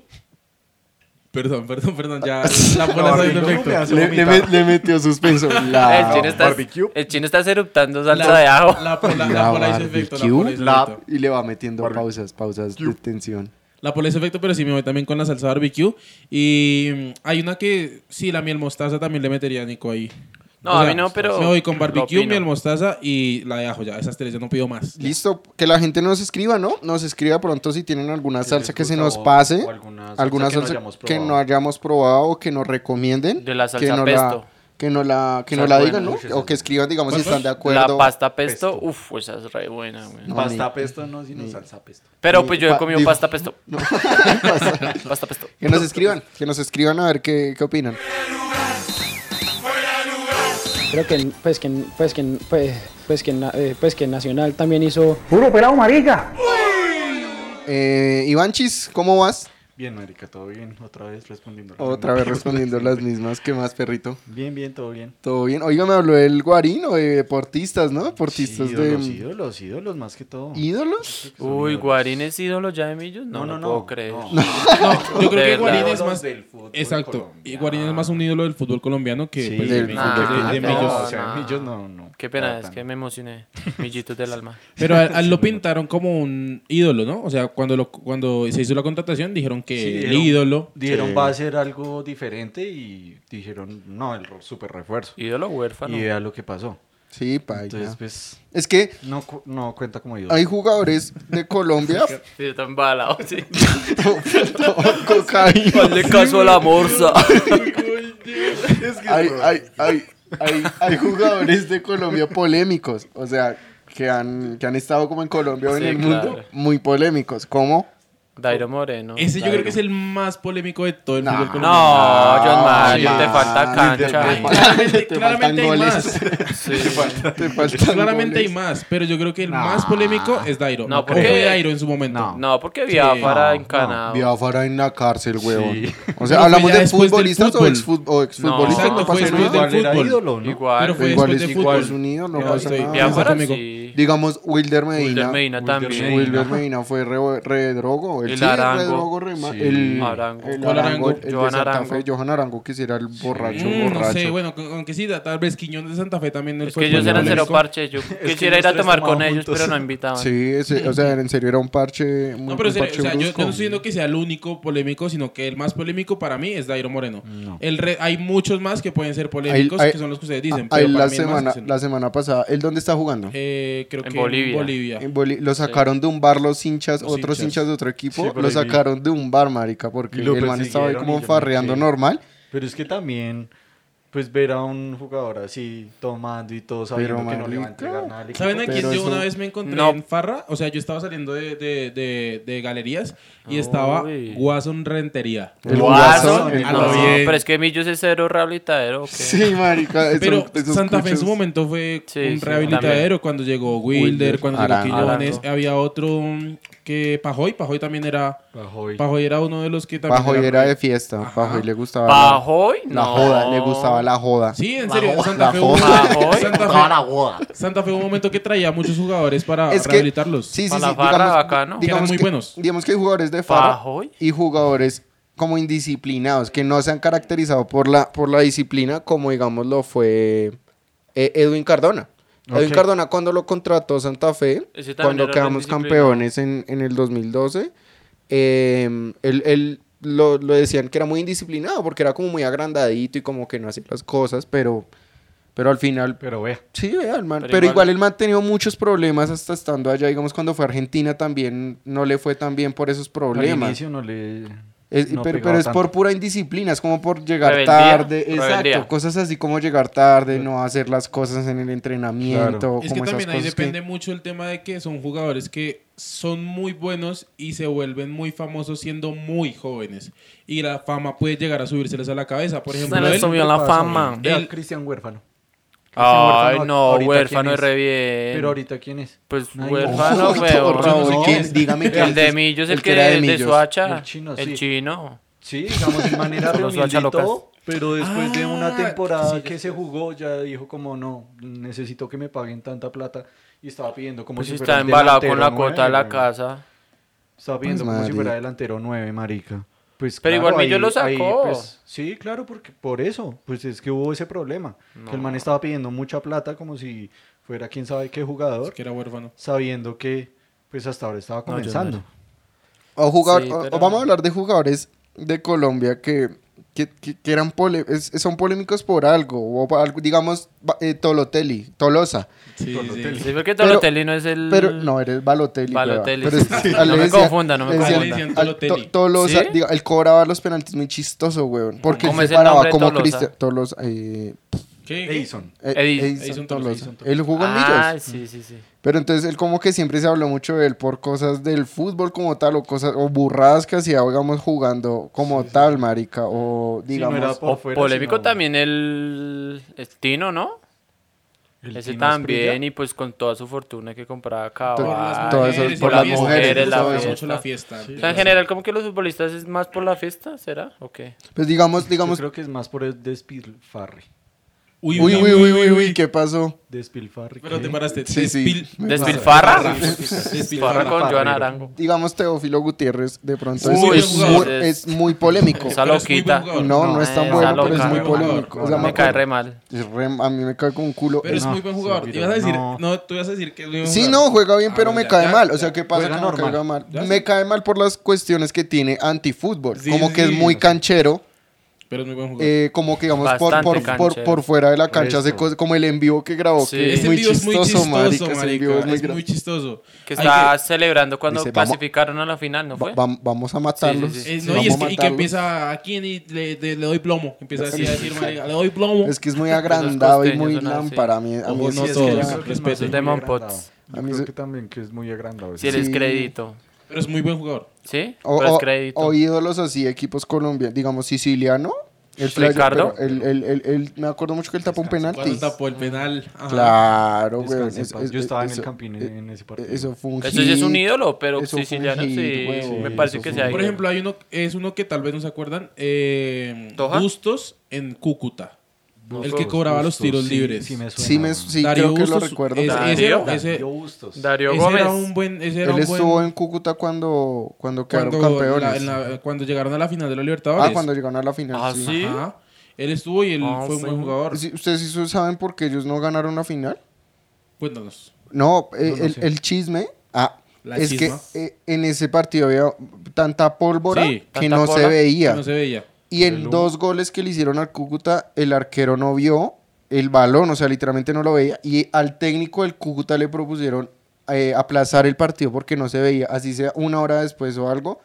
Perdón, perdón, perdón,
*laughs*
ya la bola soy
barbecue
perfecto.
me hace-
Le, le met- le metió *laughs* suspenso.
el,
La,
chino está,
barbecue.
el chino está eruptando salsa
La-
de ajo.
La pola, la,
la
pola hizo efecto, la pola
barbecue.
hizo
la-
efecto.
y le va metiendo pausas, pausas de tensión.
La pola hizo efecto, pero sí me voy también con la salsa barbecue. Y mm, hay una que, sí, la miel mostaza también le metería a Nico ahí.
No, a mí no, pero
Me voy con
lo
barbecue,
opino.
miel mostaza y la de ajo ya. Esas tres, yo no pido más.
Listo, que la gente nos escriba, ¿no? Nos escriba pronto si tienen alguna
les
salsa que se
gusta
nos
o-
pase,
o alguna salsa
alguna
Ah, que no
salsa
hayamos
que no
probado.
hayamos probado o que nos recomienden.
De la salsa
que no
pesto.
que no la, que
Esa
no
es
la
buena.
digan, ¿no?
Uy, esa
O
es
que escriban, digamos, si están de
Pues, *laughs* La
acuerdo.
pasta pesto, uff, esa es re buena, güey.
No,
pasta
ni-
pesto no, sino salsa pesto.
Pero
ni
pues yo he
pa-
comido
digo-
pasta pesto. *laughs* Pasta pesto.
*laughs* Que nos escriban, que nos escriban a ver qué, qué opinan.
Creo que pues que pues que pues, pues que na- eh, pues que Nacional también hizo
Eh, Ivanchis, ¿cómo vas?
Bien, marica, todo bien. Otra vez respondiendo. lo
Otra vez
mismo.
respondiendo las mismas. ¿Qué más, perrito?
*laughs* Bien, bien, todo bien.
¿Todo bien? Oiga, me habló el guarino de deportistas, ¿no? Deportistas
Sí,
de...
ídolos, ídolos, ídolos más que todo.
¿Ídolos?
Uy, Guarín es ídolo ya de Millos. No,
No,
no,
no,
no,
no.
puedo creer.
*laughs* no.
No, yo creo
De
que Guarín
verdad.
es más.
Del fútbol
Exacto. Y
colombiano.
Guarín es más un ídolo del fútbol colombiano que
Sí,
pues,
del
de,
fútbol
de- de- de
colombiano.
Millos.
No, o sea,
Ah, no.
Millos no, no.
Qué pena,
Para
es
tanto.
que me emocioné. Millitos del alma.
Pero a, a él lo pintaron como un ídolo, ¿no? O sea, cuando, lo, cuando se hizo la contratación dijeron que
Sí,
el
dijeron-
ídolo.
Dijeron va a ser algo diferente y dijeron no, el ro- super refuerzo.
Ídolo huérfano.
Y vea lo que pasó.
Sí, pa'
Entonces,
allá.
pues,
Es que
no, cu- no cuenta como ídolo.
hay jugadores de
*laughs*
Colombia *laughs*
Sí, está embalado, *laughs* sí.
cocaína.
Hazle caso a la morsa.
Hay, hay, hay, hay, hay jugadores de Colombia polémicos, o sea, que han, que han estado como en Colombia o en
Sí,
el
claro.
mundo muy polémicos, como
Dairo Moreno.
Ese yo creo que es el más polémico de todo el
Nah.
fútbol colombiano.
No, John
Ah,
Mario,
sí.
te falta
Ah, te
cancha.
falta-
Claramente,
Te
claramente hay
faltan *laughs*
más.
Sí.
te faltan
Claramente hay
goles.
más. Pero yo creo que el más polémico es Dairo.
No,
No,
porque-
fue Dairo en su momento.
No.
No, porque Biafara
no,
encanado.
Biafara en la cárcel, huevón.
Sí.
O sea,
Pero
hablamos
fue ya
de
después del
futbolistas o
fútbol.
exfut- o exfutbolistas.
No,
no
exacto, fue
pasa
después
nada.
del
Pues, Igual era
fútbol.
ídolo, ¿no?
Igual.
Pero fue
Igual
después
es
del
igual
fútbol.
es un ídolo, no
Yo
pasa
estoy-
nada.
piensa
Biafara
conmigo.
sí.
Digamos, Wilder Medina.
Wilder Medina también.
Wilder Medina. fue re, re drogo. Él
El
sí es re
Arango.
drogo, re ma-
Sí.
El
Arango.
el
¿Cuál
Arango.
Arango?
El de
Johan
Santa
Arango.
Fe. Johan Arango, que sí era el borracho,
Mm,
borracho.
no sé, bueno, con- aunque sí, tal vez Quiñones de Santa Fe también. no
Es
fue
que ellos
tan
eran cero
fresco.
parches. Yo
que
quisiera ir a
nosotros
tomar con
tomábamos
ellos,
juntos.
pero no invitaban.
Sí, ese- o sea, en serio era un parche muy
No, pero
un
serio,
parche
o sea, yo, yo
brusco.
no estoy diciendo que sea el único polémico, sino que el más polémico para mí es Dairo Moreno. El re- hay muchos más que pueden ser polémicos,
Ahí-
que son los que ustedes
Ah,
dicen.
ahí
pero para
la
mí el más
semana,
que se-
la semana pasada, ¿él dónde está jugando?
eh, creo
En
que
Bolivia.
en Bolivia.
En Bolivia. lo sacaron de un bar los hinchas,
Los
otros
hinchas.
hinchas de otro equipo,
Sí, por
lo
ahí vi.
sacaron de un bar, marica, porque
Y lo
el man estaba ahí
persiguieron
como
y yo-
farreando
sí.
normal.
Pero es que también, pues ver a un jugador así tomando y todo
Pero,
sabiendo que no le va
marica.
a entregar nada. al equipo,
¿Saben a quién
Pero
yo
eso-
una vez me encontré
No.
en Farra? O sea, yo estaba saliendo de, de- de- de galerías y estaba
Uy.
Guasón Rentería.
El
Guasón,
guasón, el
no,
guasón.
pero es que Millos es cero rehabilitadero. ¿o qué?
Sí, marica. eso-
Pero
esos
Santa Fe en
cuchos-
su momento fue
Sí, sí,
un rehabilitadero cuando llegó Wilder,
Wilder,
cuando
Arango.
llegó Quiñones.
Arango.
Había otro mm, que Pajoy. Pajoy también era.
Rajoy.
Pajoy era uno de los que también.
Pajoy era de fiesta, Pajoy le gustaba la-
¿Pajoy?
la,
No.
joda, le gustaba la joda.
Sí, en serio.
la
Santa Fe, hubo-
joda.
Pajoy.
Santa, Fe, Santa Fe hubo un momento que traía muchos jugadores para
Es que-
rehabilitarlos.
Sí, sí, sí.
Para la farra, bacano.
digamos
Que eran muy
que-
buenos.
Digamos que hay jugadores de farra
Pajoy.
y jugadores como indisciplinados, que no se han caracterizado por la, por la disciplina como, digamos, lo fue eh, Edwin Cardona. Edwin
Ok.
Cardona cuando lo contrató Santa Fe,
Ese también
cuando
era
quedamos
indisciplinado.
campeones en, en el 2012, eh, él, él lo, lo decían que era muy indisciplinado porque era como muy agrandadito y como que no hacía las cosas, pero, pero al final
Pero vea,
Sí, vea, el man- Pero,
Pero
igual,
igual-
el man ha tenido muchos problemas hasta estando allá. Digamos, cuando fue a Argentina también no le fue tan bien por esos
al
problemas.
inicio no le...
Es-
no
pero
pegaba
pero es
tanto.
por pura indisciplina, es como por llegar
Rebeldía,
tarde.
rebeldía.
Exacto, cosas así como llegar tarde, no hacer las cosas en el entrenamiento.
Claro.
Como
Es que
esas
también ahí
cosas que-
depende mucho el tema de que son jugadores que son muy buenos y se vuelven muy famosos siendo muy jóvenes. Y la fama puede llegar a subírseles a la cabeza. Por
Se
ejemplo,
les
él-
subió la fama.
Vea,
El-
Cristian Huérfano.
Ay, no,
ahorita
huérfano es
quién
re
es.
bien.
Pero ahorita, ¿quién es?
Pues
*laughs*
Nadie-
huérfano,
Ojo,
weón.
Raúl,
no sé
¿quién?
quién es.
Dígame que
El de
antes-
Millos, el
que
que
era de
de
Millos.
Suacha.
El chino,
El
sí.
chino.
Pues
Sí, digamos,
*laughs*
en manera
Los
reunión y
alzalocas.
todo, pero después de
Ah,
una temporada
sí, ya
que se jugó, ya dijo como, no, necesito que me paguen tanta plata. Y estaba pidiendo como
Pues
si
está
fuera
embalado con la
delantero
cuota de
nueve,
la
weón.
casa.
Estaba pidiendo como si
marica.
fuera delantero 9, marica. Pues,
Pero igual
claro,
Millo
ahí- pues,
lo sacó.
sí, claro, porque por eso. Pues es que hubo ese problema. Que el man estaba pidiendo mucha plata como si fuera quién sabe qué jugador,
que era huérfano.
sabiendo que pues hasta ahora estaba
No, yo no
comenzando.
era.
O jugador-
Sí,
o-
pero-
o vamos a hablar de jugadores de Colombia que, que, que- que eran pole- es- son polémicos por algo. O pa- algo- digamos, ba- eh, Tolotelli, Tolosa.
Sí, sí.
Sí, porque
Pero-
Tolotelli no es el.
Pero no, eres Balotelli. hueva.
Balotelli,
Pero
sí.
es-
Sí.
al-
No
le
me
decían-
confunda, no me
le decían-
confunda. Le decían
al-
Tolotelli.
to- Tolosa,
¿Sí?
diga, él cobraba los penaltis muy chistoso, weón. Porque él
¿Cómo
se
es el
paraba
nombre de
como
Tolosa?
Cristian Tolosa. eh,
¿Qué? qué?
Edison.
eh,
Edi-
Edison
Edison Tolosa,
Tolosa.
Edison Tolosa.
Él jugó en
Ah,
Millos.
sí, sí, sí.
Pero entonces él como que siempre se habló mucho de él por cosas del fútbol como tal o cosas o burradas que hacía, digamos, jugando como tal, marica, o
Sí, no
digamos
era por
O
fuera,
polémico
sino-
también el, el Tino, ¿no?
El
Ese
Tino Esprilla.
también, y pues con toda su fortuna que compraba caballos.
Por las
Todo
Todo
eso,
Ah, eso,
y
por
por
las
las
mujeres,
mujeres, la
todo eso.
fiesta.
mucho la fiesta.
O sea, en general, como que los futbolistas es más por la fiesta, ¿será? ¿O qué?
Pues digamos,
Yo
digamos,
creo que es más por el despilfarre.
Uy,
uy, uy, uy, uy, uy, ¿qué pasó?
Despilfarre.
Pero
¿qué?
te paraste.
Sí, sí.
Despil-
Me
¿Despilfarra?
Despilfarra.
Farra con
Farrero.
Joan Arango.
Digamos, Teófilo Gutiérrez de pronto
Uy,
es,
ese
es muy,
es-
es muy polémico.
Esa
Pero es muy
loquita.
buen
No,
jugador.
no, es tan
eh, esa
bueno, pero es
loca,
muy
no,
polémico.
no,
O sea,
no,
me
Me cae
acuerdo-
re mal.
es re- a mí me cae con un culo.
Pero es
No,
muy buen
sí,
jugador.
pero
Ibas a decir,
no.
no, tú ibas a decir que es muy buen
Sí,
jugador.
no, juega bien,
Ah,
pero
bueno,
me
ya,
cae
ya,
mal. O
ya.
sea, ¿qué pasa
Juega
como que
normal.
juega mal?
Ya
Me
sí.
cae mal por las cuestiones que tiene antifútbol.
Sí,
como
sí,
que es
sí.
muy canchero.
Pero es muy buen jugador.
eh, como que digamos por,
Bastante
por, por,
canchero.
por fuera de la cancha, hace
Resto.
cosas- como el envío que grabó.
Sí.
Que es
Ese
muy
Este video es muy
chistoso,
chistoso,
marica. ese
marica,
envío es muy
es
gra-
muy chistoso.
Que
Hay
está celebrando cuando
Dice, vamos-
clasificaron a la final, ¿no fue?
Va- vam- vamos a matarlos.
Sí, sí, sí.
Eh,
sí,
no,
vamos
y,
a
es que, y que
matarlos.
empieza aquí y le, le- le doy plomo. Empieza así a
Sí.
decir, marica, le doy plomo.
Es que es muy agrandado y
costeños
muy
son así.
lámpara. A mí, a mí
Ojo,
sí
no
es que
Sí, yo
todos.
ya-
creo que es más
respete.
muy
Demon
agrandado.
Pots.
A
Yo
mí
creo
se-
que también que es muy agrandado.
Si
Sí.
eres crédito.
Pero es muy buen jugador.
¿Sí?
O,
Pero
o-
es Pues crédito.
o ídolos así, equipos colombianos, digamos siciliano. El
Ricardo.
pero el- el- el- el- me acuerdo mucho que él tapó un penalti.
Cuando tapó el penal. Ajá.
Claro,
Descanse
güey.
en paz. Yo estaba en el Campín en ese partido.
eh, Eso fue un
Eso sí es un
hit.
ídolo, pero
Eso fue un
siciliano
hit,
sí.
huevo,
me
sí,
parece
eso
que
fue
sea
un-
ahí.
Por ejemplo, hay uno, es uno que tal vez no se acuerdan. Eh,
¿Toja?
Bustos en Cúcuta. El que cobraba los tiros
Sí,
libres.
Sí, me suena.
Sí, me, sí creo que lo
Bustos
recuerdo.
es-
también.
ese era-
Darío.
ese-
Yo Bustos.
Darío
ese
Gómez.
era un buen. Ese era
Él
un
estuvo
buen.
en Cúcuta cuando, cuando quedaron
Cuando, la-
campeones.
en la- cuando llegaron a la final de los Libertadores.
ah, cuando llegaron a la final.
Ah,
sí.
sí.
Ajá. Él estuvo y él
Ah,
fue un buen
sí.
jugador.
Sí, ¿Ustedes sí saben por qué ellos no ganaron la final?
Cuéntanos.
No, eh,
No, no
el,
sé.
el chisme. Ah,
La
es
chisma.
que eh, en ese partido había tanta pólvora
Sí,
que
tanta
no se
pólvora que
veía.
No se veía.
Y en dos goles que le hicieron al Cúcuta, el arquero no vio el balón, o sea, literalmente no lo veía. Y al técnico del Cúcuta le propusieron eh, aplazar el partido porque no se veía, así sea una hora después o algo,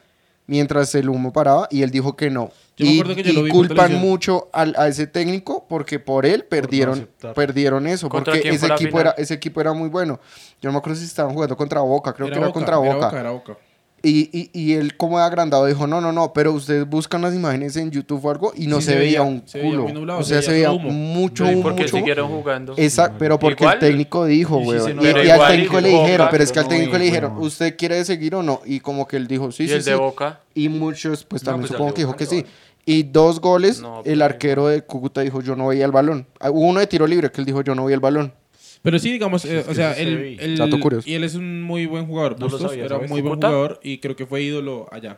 mientras el humo paraba. Y él dijo que no.
Yo me
y
acuerdo que yo
y
lo vi por
culpan
televisión.
mucho al- a ese técnico porque por él perdieron,
aceptar.
perdieron eso,
¿Contra
porque
quién
ese
fue la
equipo, era,
final?
ese equipo era muy bueno. Yo no me acuerdo si estaban jugando contra Boca, creo que era contra
Era
Boca.
era Boca.
Y, y, y él como de agrandado dijo, no, no, no, pero ustedes buscan las imágenes en YouTube o algo y no
Sí,
se,
se
veía,
veía-
un
se veía
culo.
muy nublado,
o sea, se veía
solo humo.
mucho
Sí,
humo.
Porque
mucho humo.
siguieron jugando.
Exacto, pero porque el
Igual-
técnico dijo,
y si
weón.
se
y,
nota-
y al
Igual
técnico
y
le
Boca,
dijeron, pero es que al
no,
técnico le
bueno.
dijeron, ¿usted quiere seguir o no? Y como que él dijo, sí,
¿Y
sí,
el
sí.
de Boca?
Y muchos, pues
No,
también
pues, al
supongo
de
que dijo
Boca
que
le
sí.
vale.
Y dos goles,
No, pero
el
igual.
arquero de Cúcuta dijo, yo no veía el balón. Ah, Hubo uno de tiro libre que él dijo, yo no veía el balón.
Pero sí, digamos, eh, o sea,
sí se
él,
veía.
él-
Dato curioso.
y él es un muy buen jugador.
No lo
Bustos
sabía,
era un
¿sabes?
muy buen
¿Cúcuta?
jugador y creo que fue ídolo allá.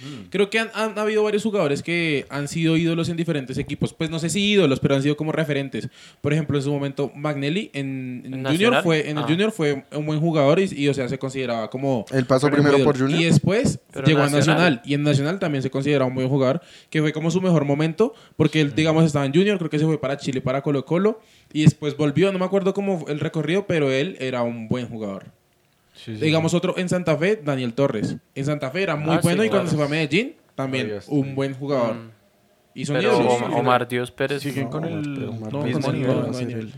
Mm.
Creo que han, han habido varios jugadores que han sido ídolos en diferentes equipos. Pues no sé si ídolos, pero han sido como referentes. Por ejemplo, en su momento, Magnelli en, en
¿En
Junior
Nacional?
fue en el
Ah.
Junior fue un buen jugador y, y, o sea, se consideraba como
Él pasó
como
primero
ídolo.
por Junior.
Y después
Pero
llegó a
Nacional.
Nacional y en Nacional también se considera un buen jugador, que fue como su mejor momento, porque él, digamos, estaba en Junior, creo que se fue para Chile, para Colo Colo, y después volvió, no me acuerdo cómo fue el recorrido, pero él era un buen jugador.
Sí, sí, sí.
Digamos otro en Santa Fe, Daniel Torres. En Santa Fe era muy
Ah, sí,
bueno y
claro.
cuando se fue a Medellín, también
Ahí está.
un buen jugador.
Mm.
Y son
Pero
ídolos, al
Om-
final.
Omar Dios Pérez.
Siguen con el
No,
No,
mismo
con el-
nivel.
no, no hay
sí,
nivel.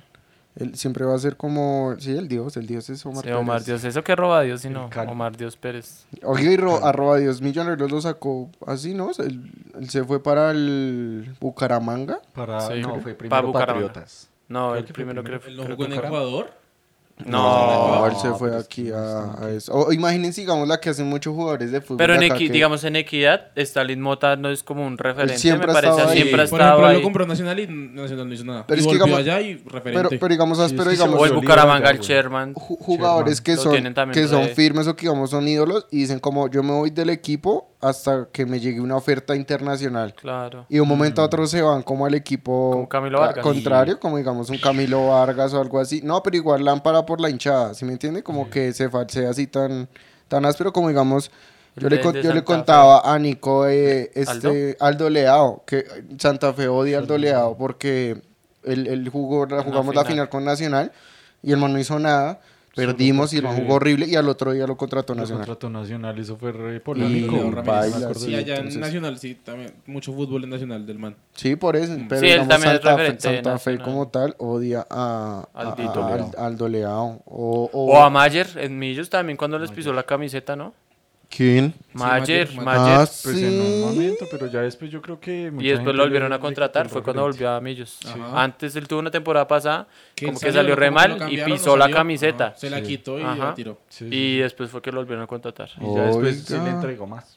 Él siempre va a ser como, sí, el dios, el dios es Omar
Sí, Omar
Pérez.
Dios, eso que roba Dios, sino
calvo.
Omar Dios Pérez.
Oye, y
Ah.
ro- arroba Dios Millonarios lo sacó así, ¿no? Se- Él, él se fue para el Bucaramanga.
Para,
Sí.
no, fue
Para
primero
Bucaramanga.
Patriotas.
No,
Creo
el
que fue
primero
primero.
creo.
Él no
creo
jugó en
que fue-
Ecuador.
No,
él se fue
pero es
aquí
que no
a,
está
a eso. O, imagínense, digamos, la que hacen muchos jugadores de fútbol.
Pero en
de acá
equi-
que-
digamos en equidad, Stalin Mota no es como un referente,
siempre
me
ha
parece,
estado ahí.
siempre ha
Por ejemplo,
estado
él lo
ahí.
compró Nacional y Nacional no hizo nada.
Pero
y
es que
volvió
digamos-
allá y
Pero,
referente.
pero digamos,
Sí,
áspero,
es que se
digamos,
O el
Bolívar,
Bucaramanga, el
güey.
Sherman.
ju- jugadores
Sherman.
que
Lo
son,
tienen también
que son
re-
firmes o que, digamos, son ídolos y dicen como, yo me voy del equipo hasta que me llegue una oferta internacional.
Claro.
Y de un momento a otro se van como al equipo
Mm. Como Camilo
ca-
Vargas.
contrario, como digamos un Camilo Vargas o algo así. No, pero igual lámpara por la hinchada, ¿sí me entiende?
Mm.
Como que se falsea así tan, tan áspero como digamos... Yo
El
le,
de-
con-
de
yo le
Santa Fe.
contaba a Nico eh, este, Aldo Leao, que Santa Fe odia a Aldo Leao porque él, él jugó, la-
Una
jugamos la
final.
final con Nacional y el man no hizo nada, perdimos y el man
porque-
jugó horrible y al otro día lo contrató
Lo
Nacional.
contrató Nacional, eso fue re
Y
polémico.
Leo
Ramírez,
Ramírez.
baila,
Sí, allá
entonces-
en Nacional, sí, también. Mucho fútbol en Nacional del man.
Sí, por eso. Pero
Mm. Sí, él
digamos,
también es
Santa, Fe,
referente
Santa Fe
nacional.
como tal odia a, a-
Al
a-
Tito
al,
Leao.
al doleado. O, o-
O a Mayer en Millos también cuando les pisó la camiseta, ¿no?
¿Quién?
Mayer,
Mayer.
Mayer.
Ah,
Pues
sí.
en un momento, pero ya después yo creo que... mucha
Y después
gente
lo volvieron
le-
a
le
contratar,
quitó
fue
el
cuando
referente.
volvió a Millos.
Ajá.
Antes él tuvo una temporada pasada, como que
él
salió re
como que
mal
lo
y
cambiaron,
pisó
no
la
salió.
camiseta.
Ajá, Se la quitó y
Ajá.
la tiró.
Sí, sí,
Y después fue que lo volvieron a contratar.
Y ya después sí
Oiga.
le entregó más.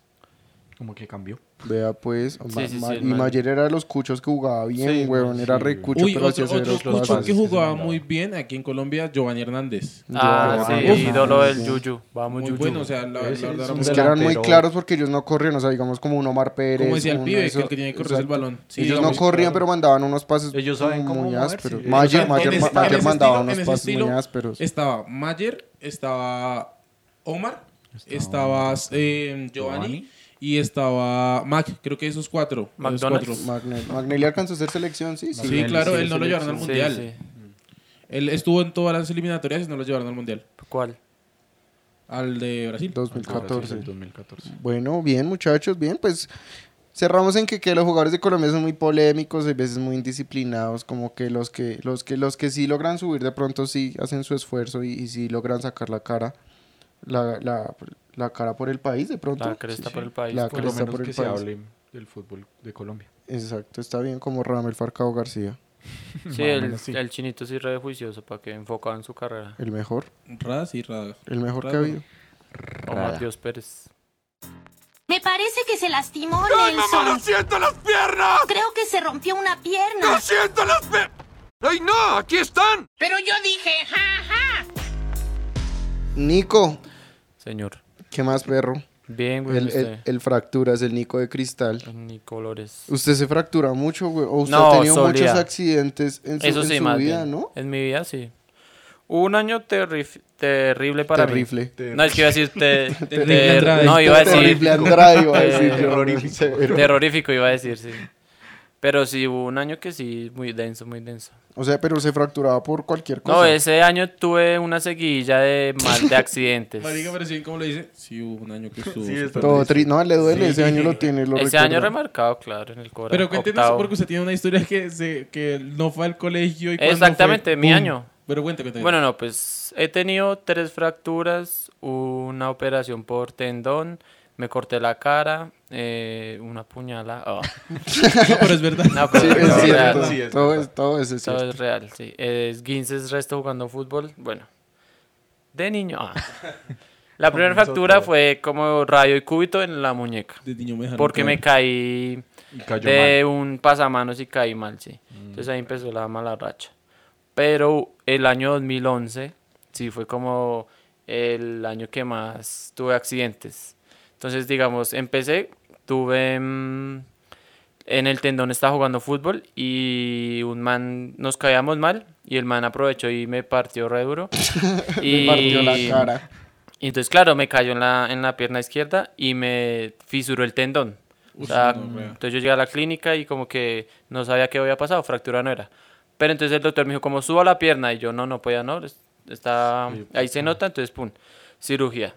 Como que cambió.
Vea pues. Ma-
sí,
Ma-
sí,
y
el man.
Mayer era de los cuchos que jugaba bien,
Sí,
huevón. Era
sí.
recucho,
Uy,
pero hacía
otro, otro
ceros
cucho
los
pases.
que
pases que se
jugaba
mandaban.
muy bien aquí en Colombia, Giovanni Hernández.
Ah,
Yo-
sí,
Uf.
ídolo del
Sí.
Yuyu. Vamos,
Muy
Yuyu.
bueno, o sea, la, la verdad pues,
Ese es
era
un
muy
Es
bueno.
que eran muy
delantero.
claros porque ellos no corrían, o sea, digamos como un Omar Pérez.
Como decía el
un
pibe,
eso-
que el que tenía que correr es el
exacto.
balón. Sí,
ellos no
digamos,
corrían,
claro.
pero mandaban unos pases
Ellos saben cómo
muy
moverse.
ásperos.
Ellos
Mayer,
saben-
Mayer,
En
Ma-
ese- en
Mayer
ese
mandaba
estilo-
unos
en ese
pases muy
estilo
ásperos.
Estaba Mayer, estaba Omar, estaba, eh, Giovanni
Giovanni.
y estaba Mac. Creo que esos cuatro. esos
McDonald's.
cuatro.
Magne- Magnelli alcanzó a ser selección, sí, sí.
Sí, claro, él no lo llevaron al
Sí,
mundial.
sí.
Él estuvo en todas las eliminatorias y no lo llevaron al mundial.
¿Cuál?
Al de Brasil.
2014.
2014.
Bueno, bien, muchachos, bien, pues cerramos en que, que los jugadores de Colombia son muy polémicos, a veces muy indisciplinados, como que los que los que los que sí logran subir de pronto sí hacen su esfuerzo y, y sí logran sacar la cara la, la- la cara por el país de pronto.
La cresta
Sí,
por el país.
La
Por lo
cresta por
menos
el
que se
país.
hable del fútbol de Colombia.
Exacto, está bien como Ramel Farcao García,
Sí, el, el chinito sí re juicioso para que enfocado en su carrera.
el mejor,
Rada, sí, Rada.
el mejor que ha
Raro.
habido.
Omar Dios Pérez.
Me parece que se lastimó Nelson.
¡No siento las piernas!
Creo que se rompió una pierna.
¡No siento las piernas! ¡Ay, no! ¡Aquí están!
Pero yo dije, ja, ja.
Nico,
Señor.
¿qué más, perro?
Bien, güey.
El,
usted.
el,
este.
el fracturas, el Nico de cristal.
Ni colores.
Usted se fractura mucho, güey. O usted
No,
ha tenido
solía.
muchos accidentes en su,
Eso
en
sí,
su
más
vida,
bien.
¿no?
En mi vida, sí. Un año terri- terrible para
Terrible.
mí. No, es que iba a
*laughs*
decir... te-
Terrible
ter-
Andrade.
no, iba a decir...
Terrible Andrade, iba a
Eh, *laughs*
decir. yo,
terrorífico.
severo.
Terrorífico, iba a decir, sí. Pero sí, hubo un año que sí, muy denso, muy denso.
O sea, pero se fracturaba por cualquier cosa.
No, ese año tuve una seguilla de mal de accidentes.
*laughs* Marica, pero sí, ¿cómo le dice? Sí, hubo un *laughs* año que estuvo.
Sí,
súper-
está-
Todo tri- No, le duele, ese año lo tiene, lo
ese
recuerda.
año remarcado, claro, en el corazón.
Pero cuéntenos, porque usted tiene una historia que, se, que no fue al colegio y cuando
Exactamente,
fue,
mi
¡pum!
año.
Pero cuéntame, cuéntame. *laughs*
Bueno, no, pues he tenido tres fracturas, una operación por tendón, me corté la cara, eh, una puñalada. oh, *laughs*
No, pero es verdad.
no, pero
Sí,
todo *laughs*
es
es
cierto.
real,
Sí, es
todo,
verdad.
es, todo eso es
todo
cierto.
es real, sí. Esguinces, resto jugando fútbol, bueno. De niño.
*laughs*
ah. La primera
Comenzó
fractura
todo.
fue como rayo y cúbito en la muñeca,
De niño me dejaron
porque me
caer.
caí
Y cayó
de un pasamanos y caí mal, sí.
Mm,
Entonces ahí empezó la mala racha. Pero el año 2011, sí, fue como el año que más tuve accidentes. Entonces, digamos, empecé, tuve... mm, en el tendón estaba jugando fútbol y un man, nos caíamos mal y el man aprovechó y me partió
*laughs*
re duro.
Me partió la cara.
Y entonces, claro, me cayó en la, en la pierna izquierda y me fisuró el tendón. O
Ush,
sea,
no, wea.
entonces yo llegué a la clínica y como que no sabía qué había pasado, fractura no era. Pero entonces el doctor me dijo, como suba la pierna, y yo no, no podía, no, es- está,
pues,
ahí se nota, entonces, pum, cirugía.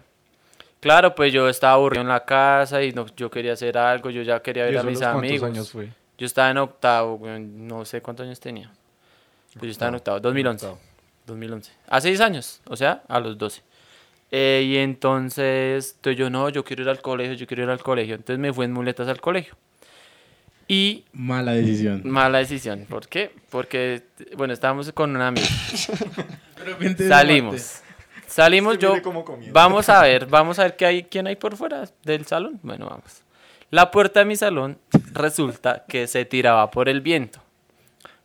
Claro, pues yo estaba aburrido en la casa y no, yo quería hacer algo, yo ya quería
mal. ¿Y
ver a
eso
mis
los cuántos
amigos.
años fue?
Yo estaba en octavo, weón, no sé cuántos años tenía. Pues yo estaba en octavo, 2011. 2011. A seis años, o sea, a los 12. Eh, y entonces, entonces yo no, yo quiero ir al colegio, yo quiero ir al colegio. Entonces me fui en muletas al colegio. Y
Mala decisión.
mala decisión, ¿por qué? Porque, bueno, estábamos con un amigo.
Pero vente de parte.
Salimos. Salimos
Es que
yo.
mire cómo comienza.
Vamos a
*laughs*
ver, vamos a ver qué hay, quién hay por fuera del salón. Bueno, vamos. La puerta de mi salón resulta que se tiraba por el viento.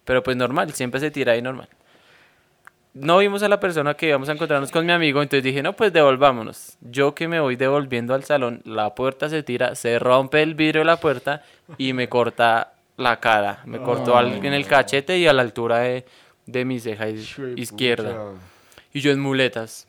Pero pues normal, siempre se tira ahí normal. No vimos a la persona que íbamos a encontrarnos con mi amigo, entonces dije, no, pues devolvámonos. Yo que me voy devolviendo al salón, la puerta se tira, se rompe el vidrio de la puerta y me corta la cara. Me cortó al- en el cachete y a la altura de, de mi ceja iz- izquierda. Y yo en muletas.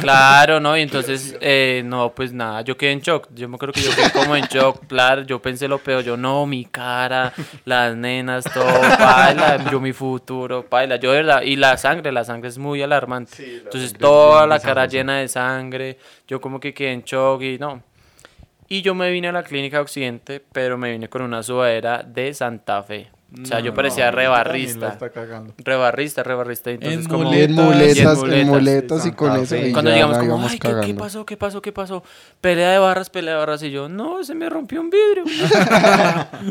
claro, ¿no? Y entonces, eh, no, pues nada, yo quedé en shock. Yo me creo que yo quedé como en shock, claro. Yo pensé lo peor, yo no, mi cara, las nenas, todo, paila, yo mi futuro, paila. Yo de verdad, y la sangre, la sangre es muy alarmante. entonces, toda la cara llena de sangre, yo como que quedé en shock y no. Y yo me vine a la clínica Occidente, pero me vine con una sudadera de Santa Fe. O sea, yo parecía rebarrista.
Está cagando.
Rebarrista, rebarrista. Entonces,
En
como...
muletas.
En muletas,
Y en
en
muletas,
muletas y con
Santa
eso.
Fe.
y
Cuando
ya
llegamos
la
como,
íbamos
ay, ¿qué, ¿qué
cagando.
pasó? ¿Qué pasó? ¿Qué pasó? Pelea de barras, pelea de barras. Y yo, no, se me rompió un
*laughs*
vidrio.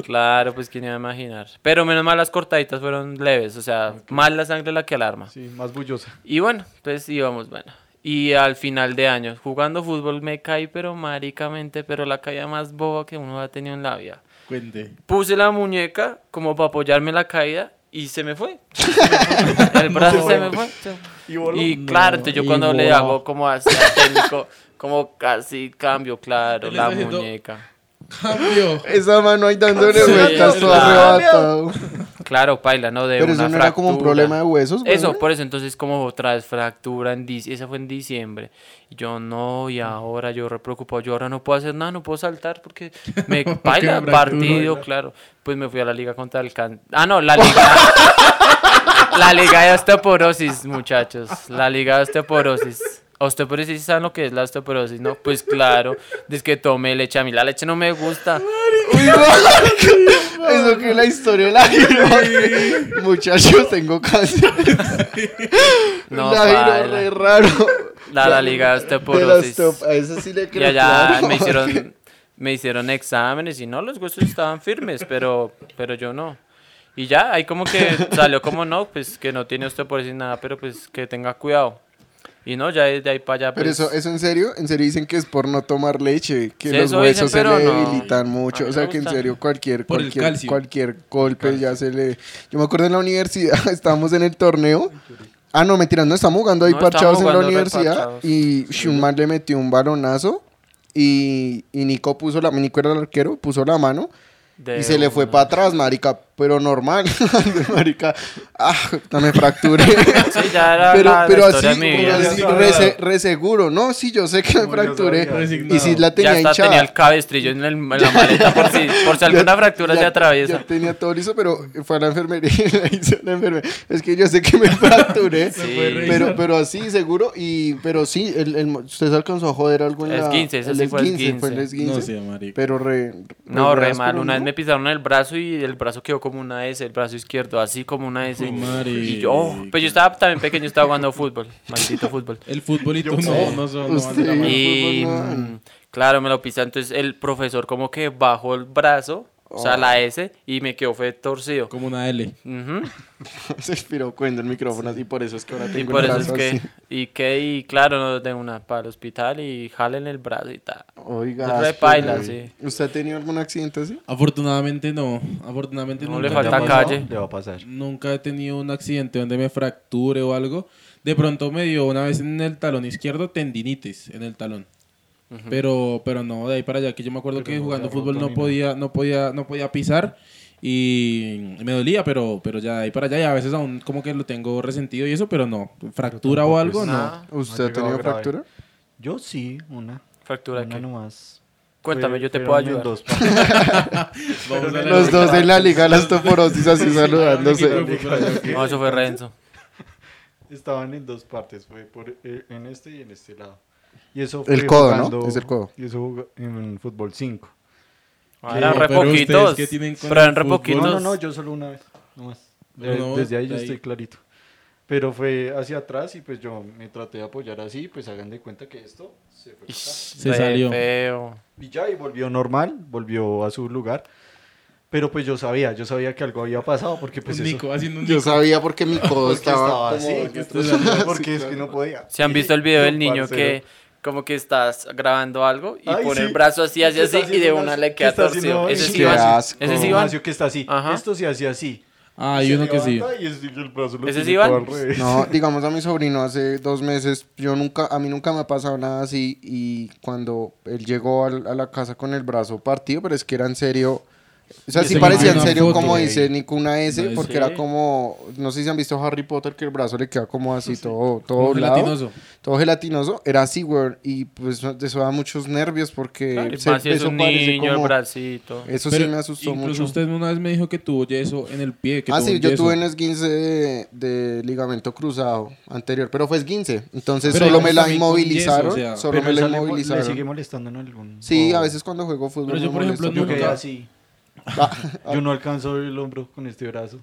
claro, pues quién iba a imaginar. Pero menos mal las cortaditas fueron leves. O sea, más la sangre la que alarma.
Sí, más bullosa.
Y bueno, pues íbamos, bueno. Y al final de año, jugando fútbol, me caí, pero maricamente, pero la caída más boba que uno ha tenido en la vida.
Cuente. *laughs*
Puse la muñeca como para apoyarme en la caída y se me
*laughs*
fue. El brazo se me fue.
Y voló.
Y claro, entonces yo
y
cuando le
voló.
hago como así al técnico, como casi cambio, claro,
Él
la
está haciendo-
muñeca.
Cambio.
Esa mano ahí dándole
Sí,
vueltas, todo
claro.
arrebatado.
Claro, paila, ¿no? De
Pero
una
eso no era como un
fractura.
problema de huesos, güey.
Eso, por eso, entonces como otra vez fractura, en dic- esa fue en diciembre. Y yo no, y ahora yo re preocupado, yo ahora no puedo hacer nada, no puedo saltar *laughs* porque me baila
fractura,
partido, claro. Pues me fui a la liga contra el can... Ah, no, la liga. *laughs* la liga de osteoporosis, muchachos. La liga de osteoporosis. Osteoporosis, ¿saben lo que es la osteoporosis? No, pues claro. Dice que tomé leche. A mí la leche no me *laughs* gusta.
Uy, no. Eso que es la historia de la giro. Muchachos, tengo cáncer.
No,
la giro
paila.
re raro.
La, la liga
De
de
la
osteoporosis.
osteo- A eso sí le
Y
creo.
allá
claro.
me
*laughs*
hicieron me hicieron exámenes y no, los huesos estaban firmes, pero pero yo no. Y ya, ahí como que salió como no, pues que no tiene osteoporosis nada, pero pues que tenga cuidado. Y no, ya de ahí para allá.
Pero
pues,
eso, eso en serio, en serio dicen que es por no tomar leche, que
Sí,
los
eso
huesos
dicen,
se
pero
le
no.
debilitan
A
mucho.
mí
O sea
me
que en
gusta.
serio cualquier,
Por el
cualquier,
calcio.
cualquier golpe ya se le. Yo me acuerdo en la universidad, *laughs* estábamos en el torneo. Ah, no, mentira, no estamos jugando ahí
No,
parchados
estábamos
en la
jugando re
universidad.
parchados.
Y Schumann le metió un balonazo. Y, y Nico puso la, Nico era el arquero, puso la mano.
de
Y se le fue
una.
para atrás, marica, pero normal, *laughs* marica. Ah, puta, me
*laughs*
fracturé.
Sí, ya era
pero
la- la
pero así,
historia de mi
pero
vida.
así, re, se- re seguro, ¿no? Sí, yo sé que me
Como yo
fracturé.
sabía.
Y si la
Ya
tenía
hasta
hinchada.
tenía el cabestrillo en, el- en la maleta por si,
*laughs*
por si alguna fractura se atraviesa.
Ya tenía todo listo, pero fue a la enfermería y le hice a la enfermera. Es que yo sé que me fracturé.
Sí.
Pero, pero así, seguro. Y, pero sí, el, el- ¿usted se alcanzó a joder algo en la...
Esguince, eso
el
sí fue
esguince, el
esguince.
esguince.
No sé, marica.
Pero re...
No, re mal.
áspero,
Una vez
¿no?
me pisaron el brazo y el brazo quedó como una S, el brazo izquierdo, así como una S.
Uy,
y yo, oh, pues yo estaba también pequeño, estaba jugando fútbol, *laughs* maldito
*laughs*
fútbol.
El futbolito no, no son. No, van de la
Usted-
mano.
Y
fútbol, no.
mm, claro, me lo pisé. Entonces el profesor como que bajó el brazo, o sea, la S, y me quedó fue torcido.
Oh. como una L.
Ujú.
Se expiró cuando el micrófono y por eso es que ahora tengo
Y
el
por eso es
brazo
que,
así.
y que, y claro, no, de una para el hospital y jalen el brazo y tal.
Oiga.
Re
áspero,
paila,
güey.
sí.
¿Usted ha tenido algún accidente así?
Afortunadamente no. Afortunadamente
No
nunca
le
he
falta
tenido-
Esta calle.
Le va a pasar.
Nunca he tenido un accidente donde me fracture o algo. De pronto me dio una vez en el talón izquierdo tendinitis en el talón. Pero pero no, de ahí para allá que yo me acuerdo que jugando fútbol no podía no podía no podía pisar y me dolía, pero pero ya de ahí para allá y a veces aún como que lo tengo resentido y eso, pero no, fractura o algo Pues *laughs* no.
Nada,
¿Usted
ha
ha
llegado
tenido
grave.
fractura?
Yo sí, una.
fractura
una
que.
nomás.
Cuéntame,
Fue-
yo te
fueron
puedo
en
ayudar.
dos *laughs*
Vamos a la-
Los dos en la liga, las toporosis
*laughs*
así saludándose.
No, eso fue Renzo.
Estaban en dos partes, fue por, eh, en este y en este lado. Y eso
El
fue
codo, ¿no?
jugando-
Es el codo.
Y eso jugó en fútbol 5.
Ah, Eran re
pero ustedes,
poquitos.
¿qué tienen con
Pero
el
eran re
fútbol?
No,
poquitos.
no, no, yo solo una vez, nomás.
Pero
Eh,
no,
desde ahí yo
ahí.
estoy clarito. Pero fue hacia atrás y pues yo me traté de apoyar así, pues hagan de cuenta que esto se fue. para acá.
Se
Re
salió.
feo.
Y ya, y volvió normal, volvió a su lugar. Pero pues yo sabía, yo sabía que algo había pasado porque pues
Un
eso...
Nico haciendo un
Yo
Nico.
sabía porque mi codo
Porque
estaba...
así, porque es que no podía.
¿Se han visto el video del
Un
niño
parcero.
que como que estás grabando algo y
Ay,
pone
sí.
el brazo así, así,
Que está
así y de
haciendo
una
unas-
le
que
queda
está haciendo
torcido? Ese
unas-
sí
Qué
va.
asco.
Ese sí
Como
va.
Macio que está así.
Ajá.
Esto se hace así.
Ah, hay uno que sí.
Y es- y el brazo lo
¿Ese es
tiene
Iván?
todo al revés.
No, digamos a mi sobrino hace dos meses, yo nunca, a mí nunca me ha pasado nada así y cuando él llegó al- a, la casa con el brazo partido, pero es que era en serio, o sea,
Yo
sí
sé que
parecía
hay
en
una
serio
foto,
como
güey.
dice Nico una S,
No,
porque
sí.
era como, no sé si han visto Harry Potter que el brazo le queda como así todo, todo
Como
doblado,
gelatinoso.
todo gelatinoso, era así, güey, y pues eso da muchos nervios porque
Y
se-
más si es
eso
un
parece
niño, el
como-
bracito.
eso sí
Pero
me asustó
incluso
mucho.
usted una vez me dijo que tuvo yeso en el pie. Que
ah,
tuvo
sí,
un
yo
yeso.
tuve un esguince de, de ligamento cruzado anterior, pero fue esguince. Entonces
Pero
solo
digamos
me la
también con
inmovilizaron.
yeso, o sea,
solo me
esa
la
le mo-
inmovilizaron.
Le sigue molestando en algún.
Sí,
o-
a veces Ah, cuando juego fútbol.
Pero
me
yo, por ejemplo,
molesta
Yo
mucho.
quedé
nunca-
así. *laughs* Yo no alcanzo el hombro con este brazo.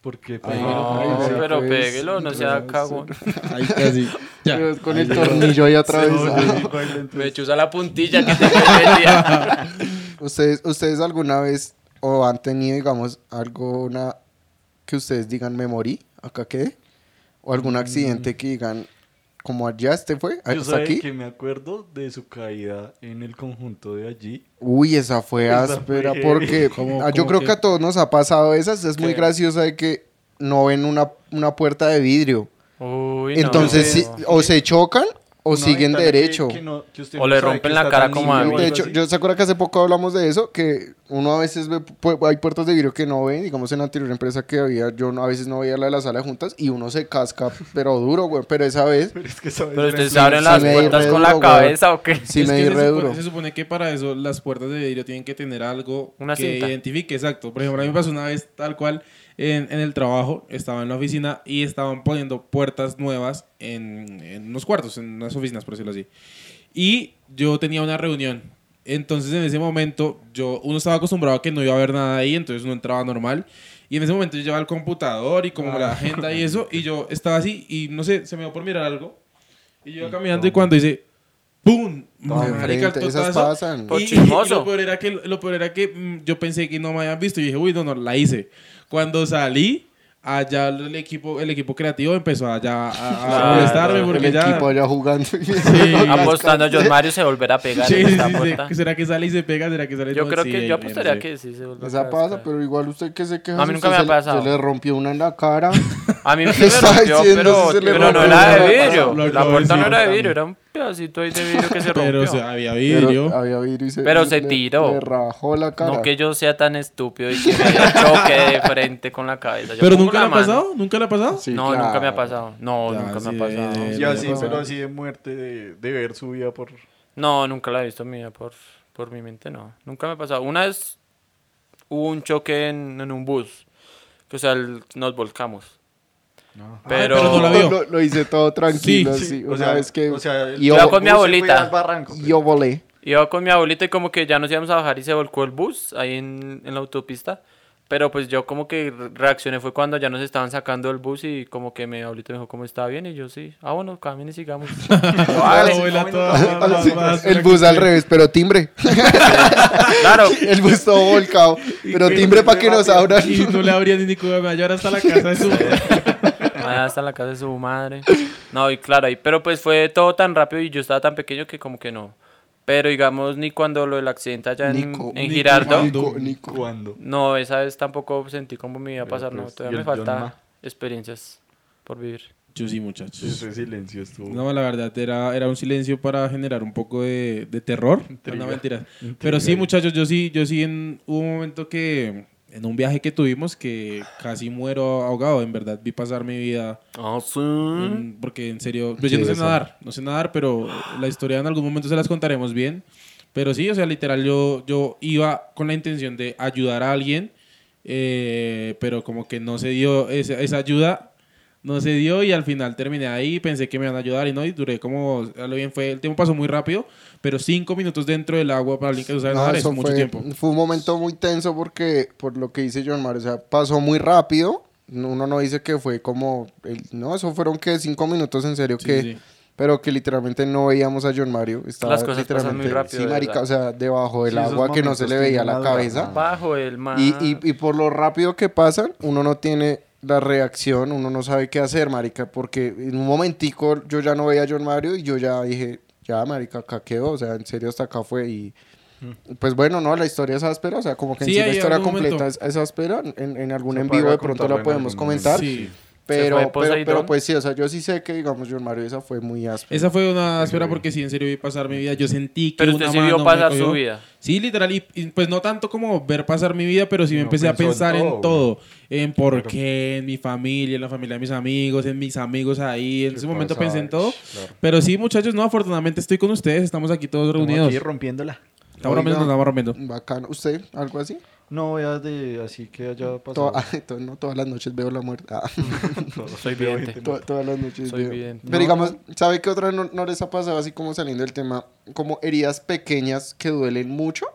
Porque
Ah,
pues,
Ay,
No,
Ay,
pero
pues,
péguelo, no sea
pues,
cagón.
*laughs* Ahí
*laughs*
casi. Ya.
Pero Con el tornillo ahí *laughs* atravesado.
*laughs* no, no, no,
Me chusa Pues, la puntilla que tengo en el día.
¿Ustedes, ¿Ustedes alguna vez o han tenido, digamos, alguna que ustedes digan me morí? ¿Acá qué? ¿O algún accidente que digan como allá este fue?
Mm. Yo
¿Hasta
sabe
aquí?
que me acuerdo de su caída en el conjunto de allí.
Uy, esa fue
Esa
áspera
fue- *laughs*
porque
¿Cómo-
ah, yo
cómo
creo
que?
que a todos nos ha pasado esas. Es muy graciosa de que no ven una, una puerta de vidrio.
Uy, no.
Entonces, sí, o se chocan o
Una
siguen
ventana que-
derecho.
que no- que usted
O
no
le
sabe
rompen
que
la
está
cara
tan
como a
niño o
mí.
de
algo
hecho,
así.
yo se acuerda que hace poco hablamos de eso, que uno a veces ve, pu- hay puertas de vidrio que no ve, digamos en la anterior empresa que había, yo no- a veces no veía la de la sala de juntas y uno se casca, pero duro, güey, pero esa vez
Pero *laughs* es que esa vez
Pero
me
ustedes
fui-
abren
sí
las
me
puertas
re
con la
duro,
cabeza
*laughs*
o
*laughs*
qué.
sí
Es
me
que
di
se
re
supone-
duro.
Se supone que para eso las puertas de vidrio tienen que tener algo
Una
que
cinta.
identifique, exacto. Por ejemplo, a mí me pasó una vez tal cual en, en el trabajo, estaba en la oficina y estaban poniendo puertas nuevas en, en unos cuartos, en unas oficinas, por decirlo así. Y yo tenía una reunión. Entonces en ese momento yo, uno estaba acostumbrado a que no iba a haber nada ahí, entonces uno entraba normal. Y en ese momento yo llevaba el computador y como
Ah.
la agenda y eso, y yo estaba así y no sé, se me dio por mirar algo. Y yo iba caminando y cuando hice ¡Pum!
Toma,
Marica, el
frente, esas
totazo.
pasan.
Por
Y- y-
chismoso.
y lo peor era que, lo peor era que mm, yo pensé que no me habían visto. Y dije, uy, no, no, la hice. Cuando salí, allá el equipo, el equipo creativo empezó allá a, a
Ah, Claro,
molestarme porque
el
ya...
equipo allá jugando. *laughs*
Sí.
Apostando a John Mario se volverá a pegar
*laughs* Sí,
en
sí,
esta
sí,
puerta.
sí. ¿Será que sale y se pega? ¿Será que sale y
Yo
no?
creo
Sí,
que yo
bien,
apostaría
sí.
que sí se vuelve a
Esa
pegar.
pasa, pero igual usted que se queja.
A mí
usted
nunca me ha
se le-
pasado.
Se le rompió una en la
*laughs*
cara. *laughs*
A mí me
¿Qué está
rompió,
diciendo?
pero,
Si se le
pero no
rompió
era
la
de
puerta.
vidrio.
Lo
La
acabo de
puerta no
decir.
era de vidrio, era un pedacito ahí de vidrio que se
*laughs* Pero o
rompió.
sea, había
Pero
vidrio.
había vidrio y se,
Pero
y
se
le-
tiró.
Le rajó la cara.
No que yo sea tan estúpido y que me haya choque de frente con la cabeza. Yo
¿Pero
pongo
nunca
la
le ha
mano.
pasado? ¿Nunca le ha pasado?
Sí,
no,
claro.
nunca me ha pasado. No,
Ya,
nunca me
sí, eh.
ha pasado.
de-
Y así,
Bueno,
pero
bueno.
así de muerte, de, de ver su vida por...
No, nunca la he visto mía por, por mi mente, no. Nunca me ha pasado. Una vez hubo un choque en, en un bus. Que, o sea, el- nos volcamos. Pero,
Ah. pero no la vio.
Lo, lo hice todo tranquilo,
Sí,
sí.
sí.
O sea, es que
o sea, el-
y
Iba
yo-
con mi
el bus se fue
abuelita.
*laughs*
al barranco, pero-
yo volé.
Iba con mi abuelita y como que ya nos íbamos a bajar y se volcó el bus ahí en, en la autopista. Pero pues yo como que re- reaccioné fue cuando ya nos estaban sacando del bus y como que mi abuelita me dijo cómo está bien y yo sí, ah bueno, camine y
*laughs*
sigamos.
Ah,
Hágale,
la abuela
no,
toda
*laughs*
no,
más- más- más-
El bus al revés, pero timbre.
claro,
El bus todo volcado. Pero timbre para que nos abran.
*laughs* Y no le abría ni ni cuba, me va a llevar hasta la casa de su...
Ah, hasta la casa de su madre. No, y claro, ahí, pero pues fue todo tan rápido y yo estaba tan pequeño que como que no. Pero digamos, ni cuando lo del accidente allá en,
Nico,
en
Nico,
Girardo,
Nico, Nico.
¿Cuándo?
no, esa vez tampoco sentí como me iba a
Pero,
pasar, no,
pues,
todavía
y
me
el John
falta
Ma.
experiencias por vivir.
Yo sí, muchachos.
Ese silencio estuvo...
No, la verdad, era, era un silencio para generar un poco de, de terror. No, mentiras. Pero sí, muchachos, yo sí, yo sí en, hubo un momento que, en un viaje que tuvimos, que casi muero ahogado. En verdad, vi pasar mi vida.
Ah,
Mm.
en- porque en serio, pues yo
Sí,
no sé
eso.
nadar, no sé nadar, pero la historia en algún momento se las contaremos bien. Pero sí, o sea, literal, yo, yo iba con la intención de ayudar a alguien, eh, pero como que no se dio esa, esa ayuda, no se dio y al final terminé ahí, pensé que me iban a ayudar y no, y duré como, a lo bien fue, el tiempo pasó muy rápido, pero cinco minutos dentro del agua para alguien que no sabe
No,
nadar es
eso
mucho
fue,
tiempo.
fue un momento muy tenso porque, por lo que dice John Mario, o sea, pasó muy rápido. Uno no dice que fue como, el- no, eso fueron que cinco minutos en serio
Sí,
que,
sí.
pero que literalmente no veíamos a John Mario. Estaba
Las cosas pasan muy
literalmente,
rápido,
sí,
de
marica,
verdad.
o sea, debajo del
Sí, esos
agua que no se
momentos
le veía
tienen
la
una
cabeza.
duración.
Bajo el mar.
Y, y- y por lo rápido que pasan, uno no tiene la reacción, uno no sabe qué hacer, marica, porque en un momentico yo ya no veía a John Mario y yo ya dije, ya, marica, acá quedó, o sea, en serio hasta acá fue y... Pues bueno, no, la historia es áspera, o sea, como que en
Mm. Sí,
sí la
hay
historia
algún
completa es,
momento.
es áspera, en, en algún
Se
en vivo
paga
de pronto
contarlo
la
en
podemos
algún
comentar,
Sí.
Se
pero,
fue
pero, pero
Poseidón.
pues sí, o sea, yo sí sé que, digamos, John Mario, esa fue muy áspera.
Esa fue una espera porque sí, en serio vi pasar mi vida. Yo sentí que.
Pero
una
usted sí vio
mano me
pasar
cogió.
su vida.
Sí, literal. Y, y, pues no tanto como ver pasar mi vida, pero sí me
No,
empecé a
pensó en
pensar en todo.
todo.
En por qué, en mi familia, en la familia de mis amigos, en mis amigos ahí. En ese momento pensé en todo. Pero sí, muchachos, no, afortunadamente estoy con ustedes. Estamos aquí todos reunidos.
Aquí rompiéndola.
Estamos rompiendo,
Oiga.
estamos rompiendo.
Bacano. ¿Usted, algo así?
No veas de así que haya
*laughs*
pasado.
Toda- *laughs* to- no, todas las noches veo la muerte. Ah.
Soy vidente.
To- todas las noches.
Soy
veo.
vidente.
Pero digamos, ¿sabe qué otra no, no les ha pasado así como saliendo del tema? Como heridas pequeñas que duelen mucho.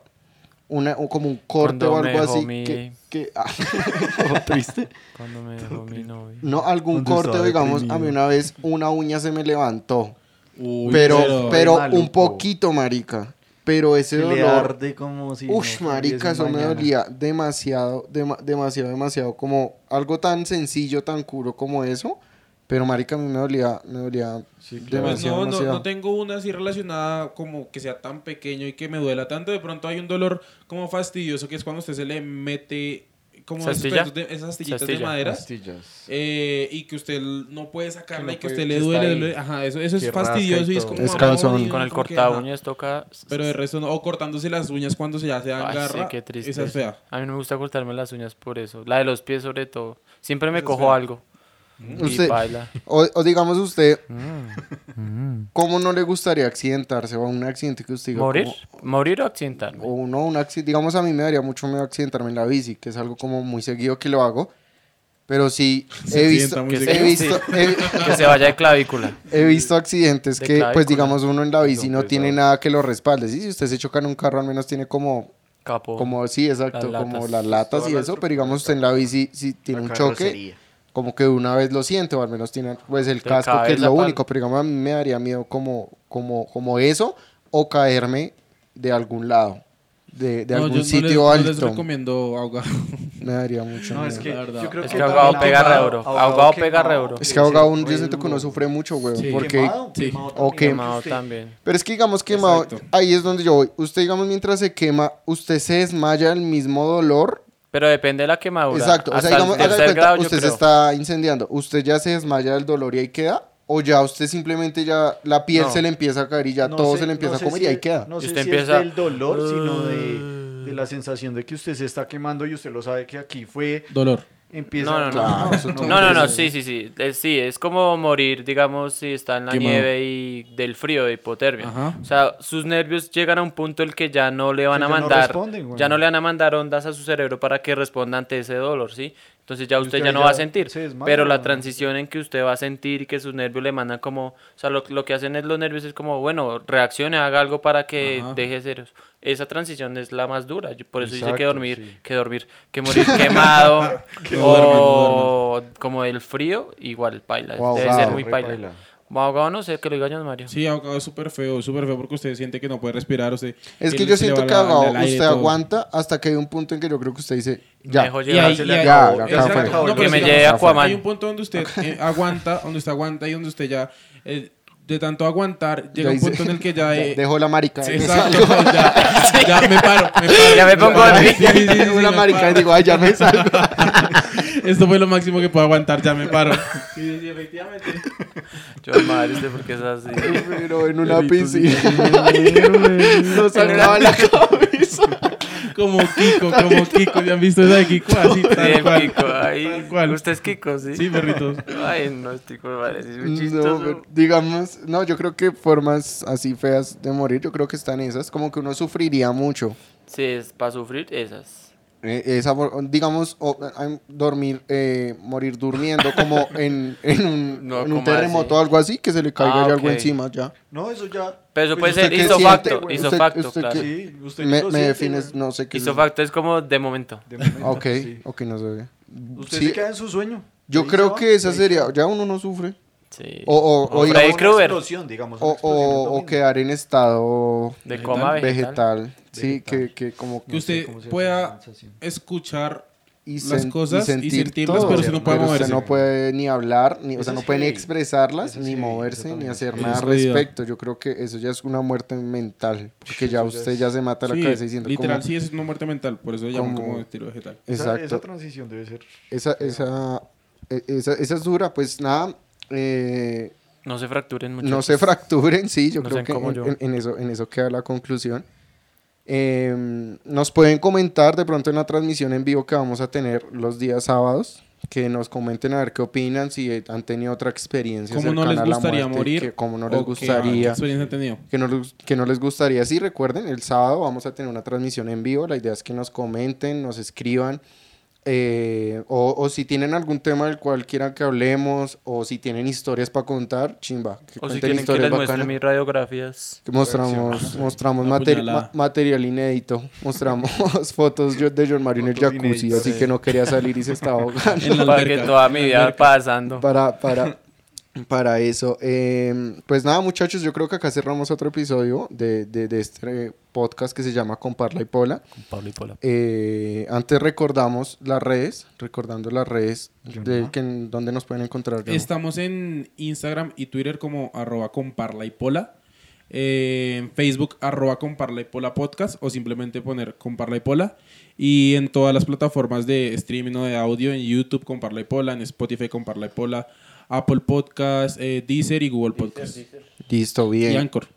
Una, o como un corte
Cuando
o
me
algo así.
dejó mi-
Que, que- ah, *laughs*
*laughs* triste.
Cuando me dejó mi novio.
no, algún
Cuando
corte,
estaba
digamos, a mí
deprimido.
una vez una uña se me levantó.
Uy,
pero pero
maluco.
un poquito, marica. Pero ese
Le
dolor.
arde como si.
Ush,
no
marica,
tuviese
eso me
mañana.
dolía demasiado, dema- demasiado, demasiado. Como algo tan sencillo, tan curo como eso. Pero, marica, a mí me dolía, me dolía
Sí, claro.
Pues
demasiado,
no, no,
demasiado.
no tengo una así relacionada como que sea tan pequeño y que me duela tanto. De pronto hay un dolor como fastidioso que es cuando usted se le mete como
¿Se
esos
astilla?
pedazos de- esas astillitas
Se astilla.
de madera
Pastillas.
eh, y que usted l- no puede sacarla
Que no
y que
puede-
usted le
que está
duele,
ahí.
duele. Ajá, eso, eso es
Que rasca
fastidioso
y
y es
todo.
como...
Es cansón.
"Ay,
Con el
no, que
corta
ajá".
uñas toca.
Pero de resto no. O cortándose las uñas cuando se ya se
Ay,
agarra.
sí, qué triste.
Esa es fea.
A mí no me gusta cortarme las uñas por eso. La de los pies sobre todo. Siempre me
Esa es
cojo
fea.
algo. Y
Usted-
baila.
O, o digamos usted,
Mm.
¿cómo no le gustaría accidentarse o un accidente que usted diga?
¿Morir?
como- Oh.
¿Morir o accidentarme?
o no, un accidente. Digamos, a mí me daría mucho miedo accidentarme en la bici, que es algo como muy seguido que lo hago. Pero sí,
Se
he
accidenta
visto,
muy
he
seguido.
visto, he,
Que se vaya
*laughs*
de clavícula.
he visto accidentes
De
que, pues
clavícula.
digamos, uno en la bici no,
pues,
tiene
no.
nada que lo respalde. Sí, si usted se choca en un carro, al menos tiene como,
Capo.
como sí, exacto,
Oh. Las
como
latas.
las latas
Toda
y
la
eso. Pero digamos, usted en la bici, si tiene un choque, como que de una vez lo siento, o al menos tienen pues el
Te
casco, que es
cabeza
lo
pa'l-
único, pero digamos a mí me daría miedo como, como, como eso o caerme de algún lado. de, de
No, yo
algún
no
sitio
les- No les
alto.
recomiendo ahogado.
me daría mucho
No, es
miedo.
que
La verdad.
yo creo
Es
que
que ahogado
también
pega re duro. Ahogado pega re duro.
Es que ahogado un- yo siento que uno sufre mucho, güey.
Sí.
Porque...
Quemado,
Sí.
quemado
O
también.
Quemado
Usted-
también.
Pero es que digamos quemado,
Exacto.
ahí es donde yo voy. Usted, digamos, mientras se quema, usted se desmaya del mismo dolor.
Pero depende de la quemadura.
Exacto. O sea,
Hasta
digamos, haga
el
de
tercer
cuenta,
grado, yo
usted se
creo.
está incendiando. ¿Usted ya se desmaya del dolor y ahí queda? ¿O ya usted simplemente ya la piel
No.
se le empieza a caer y ya
No
todo
sé-
se le empieza
no
a
sé
comer
si
y ahí
es-
queda?
No
Y
sé
usted
si
empieza-
es del dolor, sino de,
Uh.
de la sensación de que usted se está quemando y usted lo sabe que aquí fue.
*laughs* Dolor.
Empieza
No, no, no.
Claro, eso todo
No, no, no,
Entonces-
sí, sí, sí. Eh, sí, es como morir, digamos, si está en la
Quemado.
nieve y del frío, de hipotermia.
Ajá.
O sea, sus nervios llegan a un punto en el que ya no le van
ya
a
no
mandar.
responden, güey.
ya no le van a mandar ondas a su cerebro para que responda ante ese dolor, ¿sí? Entonces ya usted
usted
ya no
ya
va a sentir.
se desmaya,
Pero la
güey.
transición en que usted va a sentir y que sus nervios le mandan como. O sea, lo, lo que hacen es los nervios es como, bueno, reaccione, haga algo para que
Ajá.
deje de ser. eso. Esa transición es la más dura. Yo- por eso dice que
Exacto,
dormir,
sí.
que dormir, que morir
*laughs*
quemado. o como el frío, igual paila.
O
Debe
ahogado.
ser muy
Re
paila.
paila.
O Ahogado no sé, que lo diga John Mario.
Sí, ahogado es súper feo, es súper feo porque usted siente que no puede respirar. Usted,
Es que
él
yo
se le
siento
va
que
la-
ahogado
el aire
usted
todo.
acabó. aguanta hasta que hay un punto en que yo creo que usted dice, ya.
Mejor
Y ahí,
llegar.
y
le
ahí-
acabó,
exacto.
ya acabó.
No, pero
Que
es
me
digamos,
lleve Aquaman.
Hay un punto donde usted eh, aguanta, donde usted aguanta y donde usted ya, eh, de tanto aguantar,
Ya
llega un
dice,
punto en el
*laughs*
que ya... eh,
Dejó la marica.
sí,
y me
exacto,
salgo. *laughs*
*laughs* ya, ya me paro, me paro.
Ya me pongo
paro,
de pie.
sí, sí, sí, sí,
una
me
marica y
paro.
digo, ay, ya me
*laughs*
salgo.
Esto fue lo máximo que puedo aguantar, ya me paro. Sí, sí, efectivamente.
John Mario, ¿usted por qué
*laughs*
es así? *laughs*
Pero en una piscina.
*laughs*
*laughs* No salgaba la cabeza.
Como Kiko, como Kiko. ¿Ya han visto esa de Kiko? Así, tal
Sí, el
cual.
Kiko, ahí.
Tal cual.
Usted es Kiko, ¿sí?
Sí, perritos.
Ay, no, estoy con madre, es muy
No,
chistoso.
pero digamos, no, yo creo que formas así feas de morir, yo creo que están esas, como que uno sufriría mucho.
Sí, es para sufrir esas.
Eh, esa, for- digamos, o- eh, dormir, eh, morir durmiendo
*laughs*
como en, en un,
No,
en un
¿cómo
terremoto
así?
o algo así, que se le caiga
Ah,
ya
ok.
algo encima ya.
No, eso ya.
Pero eso puede
usted
ser
qué
¿Usted qué
hizo
siente,
facto,
güey?
hizo
¿Usted-
facto,
usted
claro.
qué-
Sí, usted
Me,
lo
me
siente,
defines,
güey.
no sé qué es
Hizo
eso.
facto es como de momento.
De momento,
Ok,
sí.
ok, no sabía.
Usted
Sí,
se queda en su sueño.
yo
Ahí
creo
se va,
que esa
ahí se
sería,
va.
ya uno no sufre.
Sí.
O, o, o,
O
digamos,
Freddy
Una
Krueger.
explosión, digamos, una
o-
explosión es lo
o- o
mismo.
quedar en estado
de coma vegetal.
vegetal. Sí, que, que como
Que usted
cómo se llama
pueda
esa sensación.
escuchar
y
las
sen-
cosas y sentirlas,
todo.
pero usted
Pero
no puede
usted
moverse.
no puede ni hablar, ni, o
Eso
sea, no
es
puede ni
heavy.
expresarlas,
Eso es
ni
heavy, eso
moverse, ni
también es
hacer
heavy.
nada al
Es jodido.
respecto. Yo creo que eso ya es una muerte mental, porque
Eso
ya
ya
usted
es-
ya se mata la
Sí,
cabeza diciendo
literal,
como-
sí, es una muerte mental. Por eso lo llaman
como-
como estilo vegetal.
Esa, esa
Exacto.
transición debe ser.
Esa, esa, e- esa, esa es dura, pues nada. eh,
No se fracturen mucho.
no se fracturen, sí, yo
No
creo
sean
que
como
en,
yo.
en- en eso, en eso queda la conclusión. Eh, nos pueden comentar de pronto en la transmisión en vivo que vamos a tener los días sábados, que nos comenten a ver qué opinan, si eh, han tenido otra experiencia.
¿Cómo no
cercana
les
a la
gustaría
muerte,
morir?
Que, ¿Cómo no les
¿O qué
gustaría?
ah, experiencia han tenido?
que no, les- que no les gustaría. Sí, recuerden, el sábado vamos a tener una transmisión en vivo. La idea es que nos comenten, nos escriban. eh, o, o si tienen algún tema del cual quieran que hablemos, o si tienen historias para contar, chimba. Que
O
cuenten
si quieren que
historias
les muestre
bacanas.
mis radiografías.
Que mostramos, mostramos
Una
materi-
puñalada.
ma- material inédito. Mostramos *laughs* fotos yo- de John Mario en el
Fotos
jacuzzi,
inéditas.
así que no quería salir y se
*laughs*
estaba ahogando
En la
Para que
alberca.
toda mi vida pasando.
para, para, para eso. Eh, pues nada, muchachos, yo creo que acá cerramos otro episodio de, de- de este podcast que se llama Comparla y Pola.
Pablo y Pola.
Eh, antes recordamos las redes, recordando las redes, de, que en- donde nos pueden encontrar. Yo no.
Estamos en Instagram y Twitter como arroba comparla y pola. eh, en Facebook arroba comparla y pola podcast o simplemente poner comparla y pola. Y en todas las plataformas de streaming o de audio, en YouTube comparla y pola, en Spotify comparla y pola, Apple Podcast, eh, Deezer y Google Podcast.
Listo,
Y
bien.
Anchor.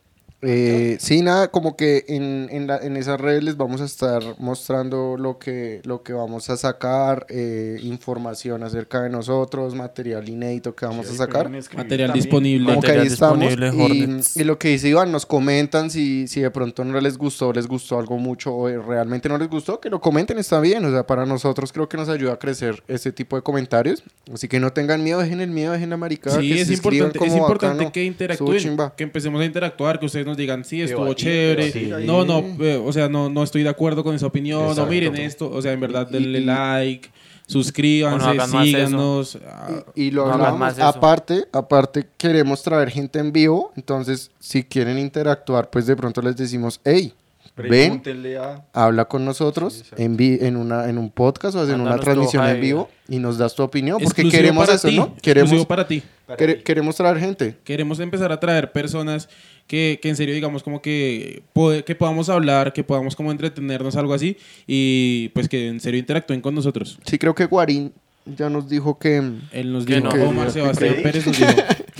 Eh, sí, nada, como que en, en, la- en esas redes les vamos a estar mostrando lo que, lo que vamos a sacar, eh, información acerca de nosotros, material inédito que vamos a sacar.
Material disponible.
Como que ahí
Material
estamos.
disponible, Hornets.
Y, y lo que dice Iván, nos comentan si, si de pronto no les gustó, les gustó algo mucho o eh, realmente no les gustó, que lo comenten, está bien. O sea, para nosotros creo que nos ayuda a crecer este tipo de comentarios. Así que no tengan miedo, dejen el miedo, dejen la maricada.
Sí,
que
es
se escriban
importante, es
como
importante
bacano,
que
estuvo
interactúen,
chimba.
que empecemos a interactuar, que ustedes nos digan, sí, estuvo
Debatir,
chévere,
debatir
no,
ahí.
no, eh, o sea, no, no estoy de acuerdo con esa opinión, no
Exacto.
miren esto, o sea, en verdad,
Y-
denle
y-
like,
O
suscríbanse,
no hagan más
síganos. ah,
Y, y lo
No hagan
hablamos.
más eso.
Aparte, aparte, queremos traer gente en vivo. Entonces, si quieren interactuar, pues de pronto les decimos, hey, Ven,
Pregúntenle a...
habla con nosotros en, vi- en, una, en un podcast o en una
Mándanos tu
transmisión
hoja de
en vivo y nos das tu opinión porque
Exclusivo
queremos
para
eso,
ti,
¿no? Queremos,
exclusivo para ti.
quere- queremos traer gente.
Queremos empezar a traer personas que, que en serio digamos como que, pod- que podamos hablar, que podamos como entretenernos, algo así, y pues que en serio interactúen con nosotros.
Sí, creo que Guarín ya nos dijo que... mm,
Él nos
Que
dijo,
no.
Omar
Que-
Sebastián
que-
Pérez nos dijo,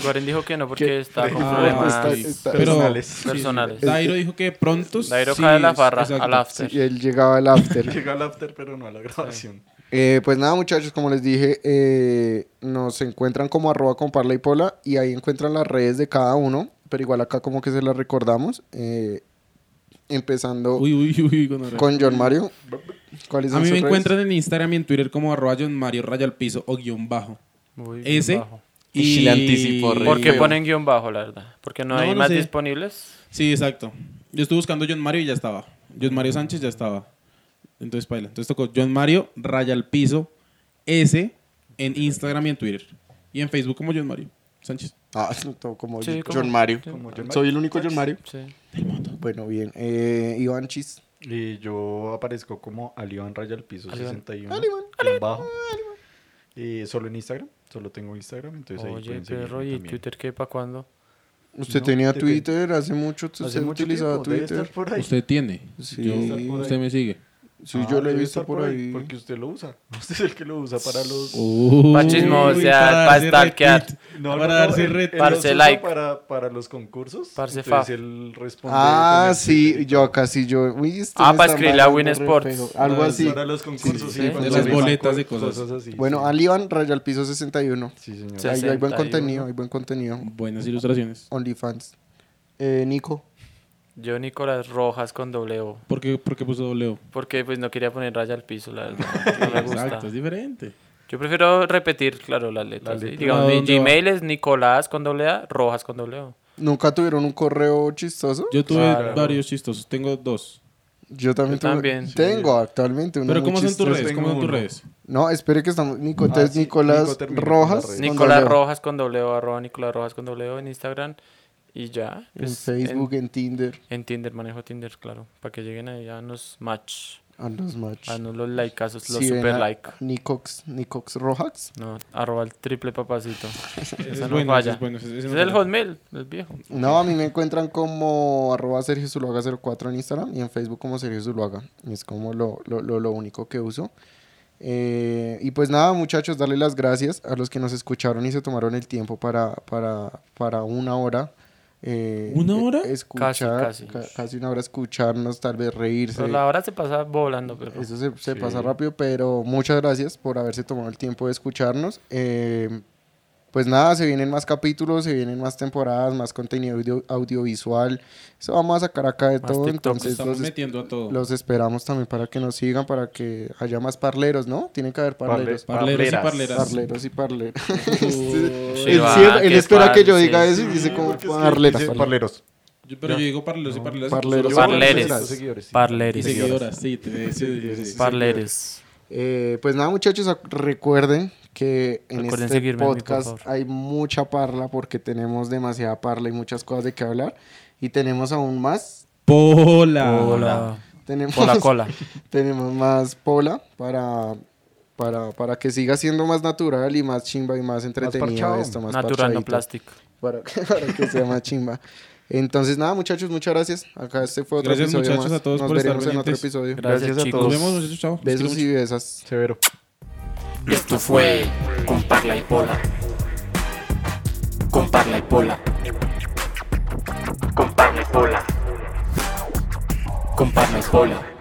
Guarín dijo que no porque
¿Qué?
está con
Ah,
problemas
está- está-
pero
Personales.
personales.
Dairo dijo que pronto...
Dairo
sí,
cae a la farra,
exacto.
al after.
sí, él llegaba al after.
*laughs*
*laughs*
Llega al after, pero no a la grabación.
Eh, pues nada, muchachos, como les dije, eh, nos encuentran como arroba con Parla y Pola y ahí encuentran las redes de cada uno, pero igual acá como que se las recordamos. eh, empezando
Uy, uy, uy, gonorrea.
con John Mario. ¿Cuáles
A
son
mí
sus
me
redes?
encuentran en Instagram y en Twitter como arroba John Mario Raya al Piso o guión bajo.
Muy bien
Ese.
bajo.
Y,
Y si le anticipó, re
¿Por qué
feo.
ponen guión bajo, la verdad? Porque no,
No,
hay
no
más
sé.
disponibles.
Sí, exacto. Yo estuve buscando John Mario y ya estaba. John Mario Sánchez ya estaba. Entonces, paila. Entonces tocó John Mario, raya al piso, S, en Instagram y en Twitter. Y en Facebook como John Mario Sánchez.
Ah, *laughs* todo como
Sí, como-
John Mario.
Como yo-
Soy el único John Mario.
Sí.
Bueno, bien. Eh, Iván Chis.
Y yo aparezco como Alivan Raya al piso
Alivan.
61. Bajo. Y solo en Instagram. Solo tengo Instagram, entonces Pues ahí
Oye,
pueden seguirme
perro, ¿y
también.
Twitter qué? ¿Para cuándo?
Usted
No,
tenía
depende.
Twitter hace mucho. Usted
Hace mucho
utilizaba
tiempo, debe
Twitter.
estar por ahí.
Usted tiene.
Sí.
Yo-
Está por
usted
ahí.
me sigue.
Sí,
Ah,
yo lo he
debe
visto
estar
por ahí. Uh.
Porque usted lo usa. *laughs* Usted es el que lo usa para los...
Pa' chismosear,
Uy,
pa'
darse
stalkear.
retweet,
No,
para
no, no,
darse
él-
retweet.
él los
Parce
usa
like.
Para, para los concursos.
Parce
entonces
fa.
él responde con
Ah,
el
sí,
Twitter.
yo acá sí, yo. Uy, este
Ah,
me
pa'
está
escribirle a
mandando
Win
re
Sports.
feo. Algo
Ah,
así.
Para los concursos,
sí,
sí.
sí.
cuando
De las
le sacan
boletas de
cosas
cosas.
así,
Bueno,
sí.
al Iván, Raya al Piso 61.
Sí, señor.
Sí.
Ahí hay buen
61.
contenido, hay buen contenido.
eh, Buenas ilustraciones.
OnlyFans. Eh, Nico.
Yo, Nicolás Rojas con doble O.
¿Por qué, por qué puso Leo?
Porque pues no quería poner raya al piso, la verdad. No me gusta.
Exacto, es diferente.
Yo prefiero repetir, claro, las letras.
Las
¿sí?
letras.
Digamos,
¿A
mi
dónde va?
Gmail es Nicolás con doble A, Rojas con doble O.
¿Nunca tuvieron un correo chistoso? Yo,
Yo tuve
Claro.
varios chistosos. Tengo dos.
también,
Yo
tuve-
también.
tengo actualmente uno
Pero
muy
¿cómo son tus
chistoso.
redes?
Tengo
¿Cómo son tus
uno.
redes?
No, espere que estamos. Nico, entonces
Ah, sí, Nico
Nicolás
terminó con
Rojas.
las redes.
con
Pues,
Nicolás
doble O.
Rojas con doble O, arroba Nicolás Rojas con doble O en Instagram. Y ya.
En
pues,
Facebook, en, Tinder.
En, en Tinder, manejo Tinder, claro. Para que lleguen ahí a los match.
A los match.
A nos los likeazos, los
Si ven
super
a
like.
Nicox, Nicox Rojas.
No, arroba el triple papacito.
*laughs* Ese
Esa
es
no
bueno, ese
falla.
es bueno, ese- ese
Ese
no
es el
falla.
Hotmail, el viejo.
No, a mí me encuentran como arroba Sergio Zuluaga 04 en Instagram y en Facebook como Sergio Zuluaga. Es como lo, lo, lo- lo único que uso. Eh, y pues nada, muchachos, darle las gracias a los que nos escucharon y se tomaron el tiempo para, para, para una hora. eh,
¿Una
eh,
hora?
Escuchar,
Casi,
casi,
casi.
una hora escucharnos, tal vez reírse.
Pero la hora se pasa volando, pero.
Eso se, se
Sí.
pasa rápido, pero muchas gracias por haberse tomado el tiempo de escucharnos. Eh, pues nada, se vienen más capítulos, se vienen más temporadas, más contenido audio- audiovisual. Eso vamos a sacar acá de
Más
todo.
TikToks,
Entonces
Estamos
los, es-
metiendo a todo. *laughs*
los esperamos también para que nos sigan, para que haya más parleros, ¿no? Tienen que haber parleros.
Parleros y
Parleras.
parleras.
Parleros y parleros.
Uy,
*laughs* él
va,
siempre- él
qué
espera que yo
parce,
diga eso y
sí.
dice como
Porque es que
parleras.
dice parleros.
yo- pero yo digo parleros y parleras.
Parleros.
Parleres.
Seguidores, sí.
Y
Parleres.
seguidoras, sí. te- sí, sí, sí.
Parleres.
Eh, pues nada, muchachos, ac- recuerden que en
Recuerden
este
seguirme a mí, por
podcast
favor.
hay mucha parla porque tenemos demasiada parla y muchas cosas de qué hablar. Y tenemos aún más.
Pola.
Hola.
Tenemos, *laughs*
Hola,
*laughs*
cola.
tenemos más pola para, para, para que siga siendo más natural y más chimba y más entretenido
parchao.
esto, más
Natural,
parchadito,
no plástico.
Para, *laughs* para que sea más chimba. Entonces nada, muchachos, muchas gracias. Acá este fue otro
Gracias,
episodio
muchachos,
más.
a todos
Nos
por estar
veremos en otro
pendientes.
episodio.
Gracias,
Gracias a
chicos.
Nos vemos, muchachos. Chao. Los quiero
Besos
mucho.
y besas.
Severo.
Esto fue Con Parla y Pola. Con Parla y Pola. Con Parla y Pola. Con Parla y Pola.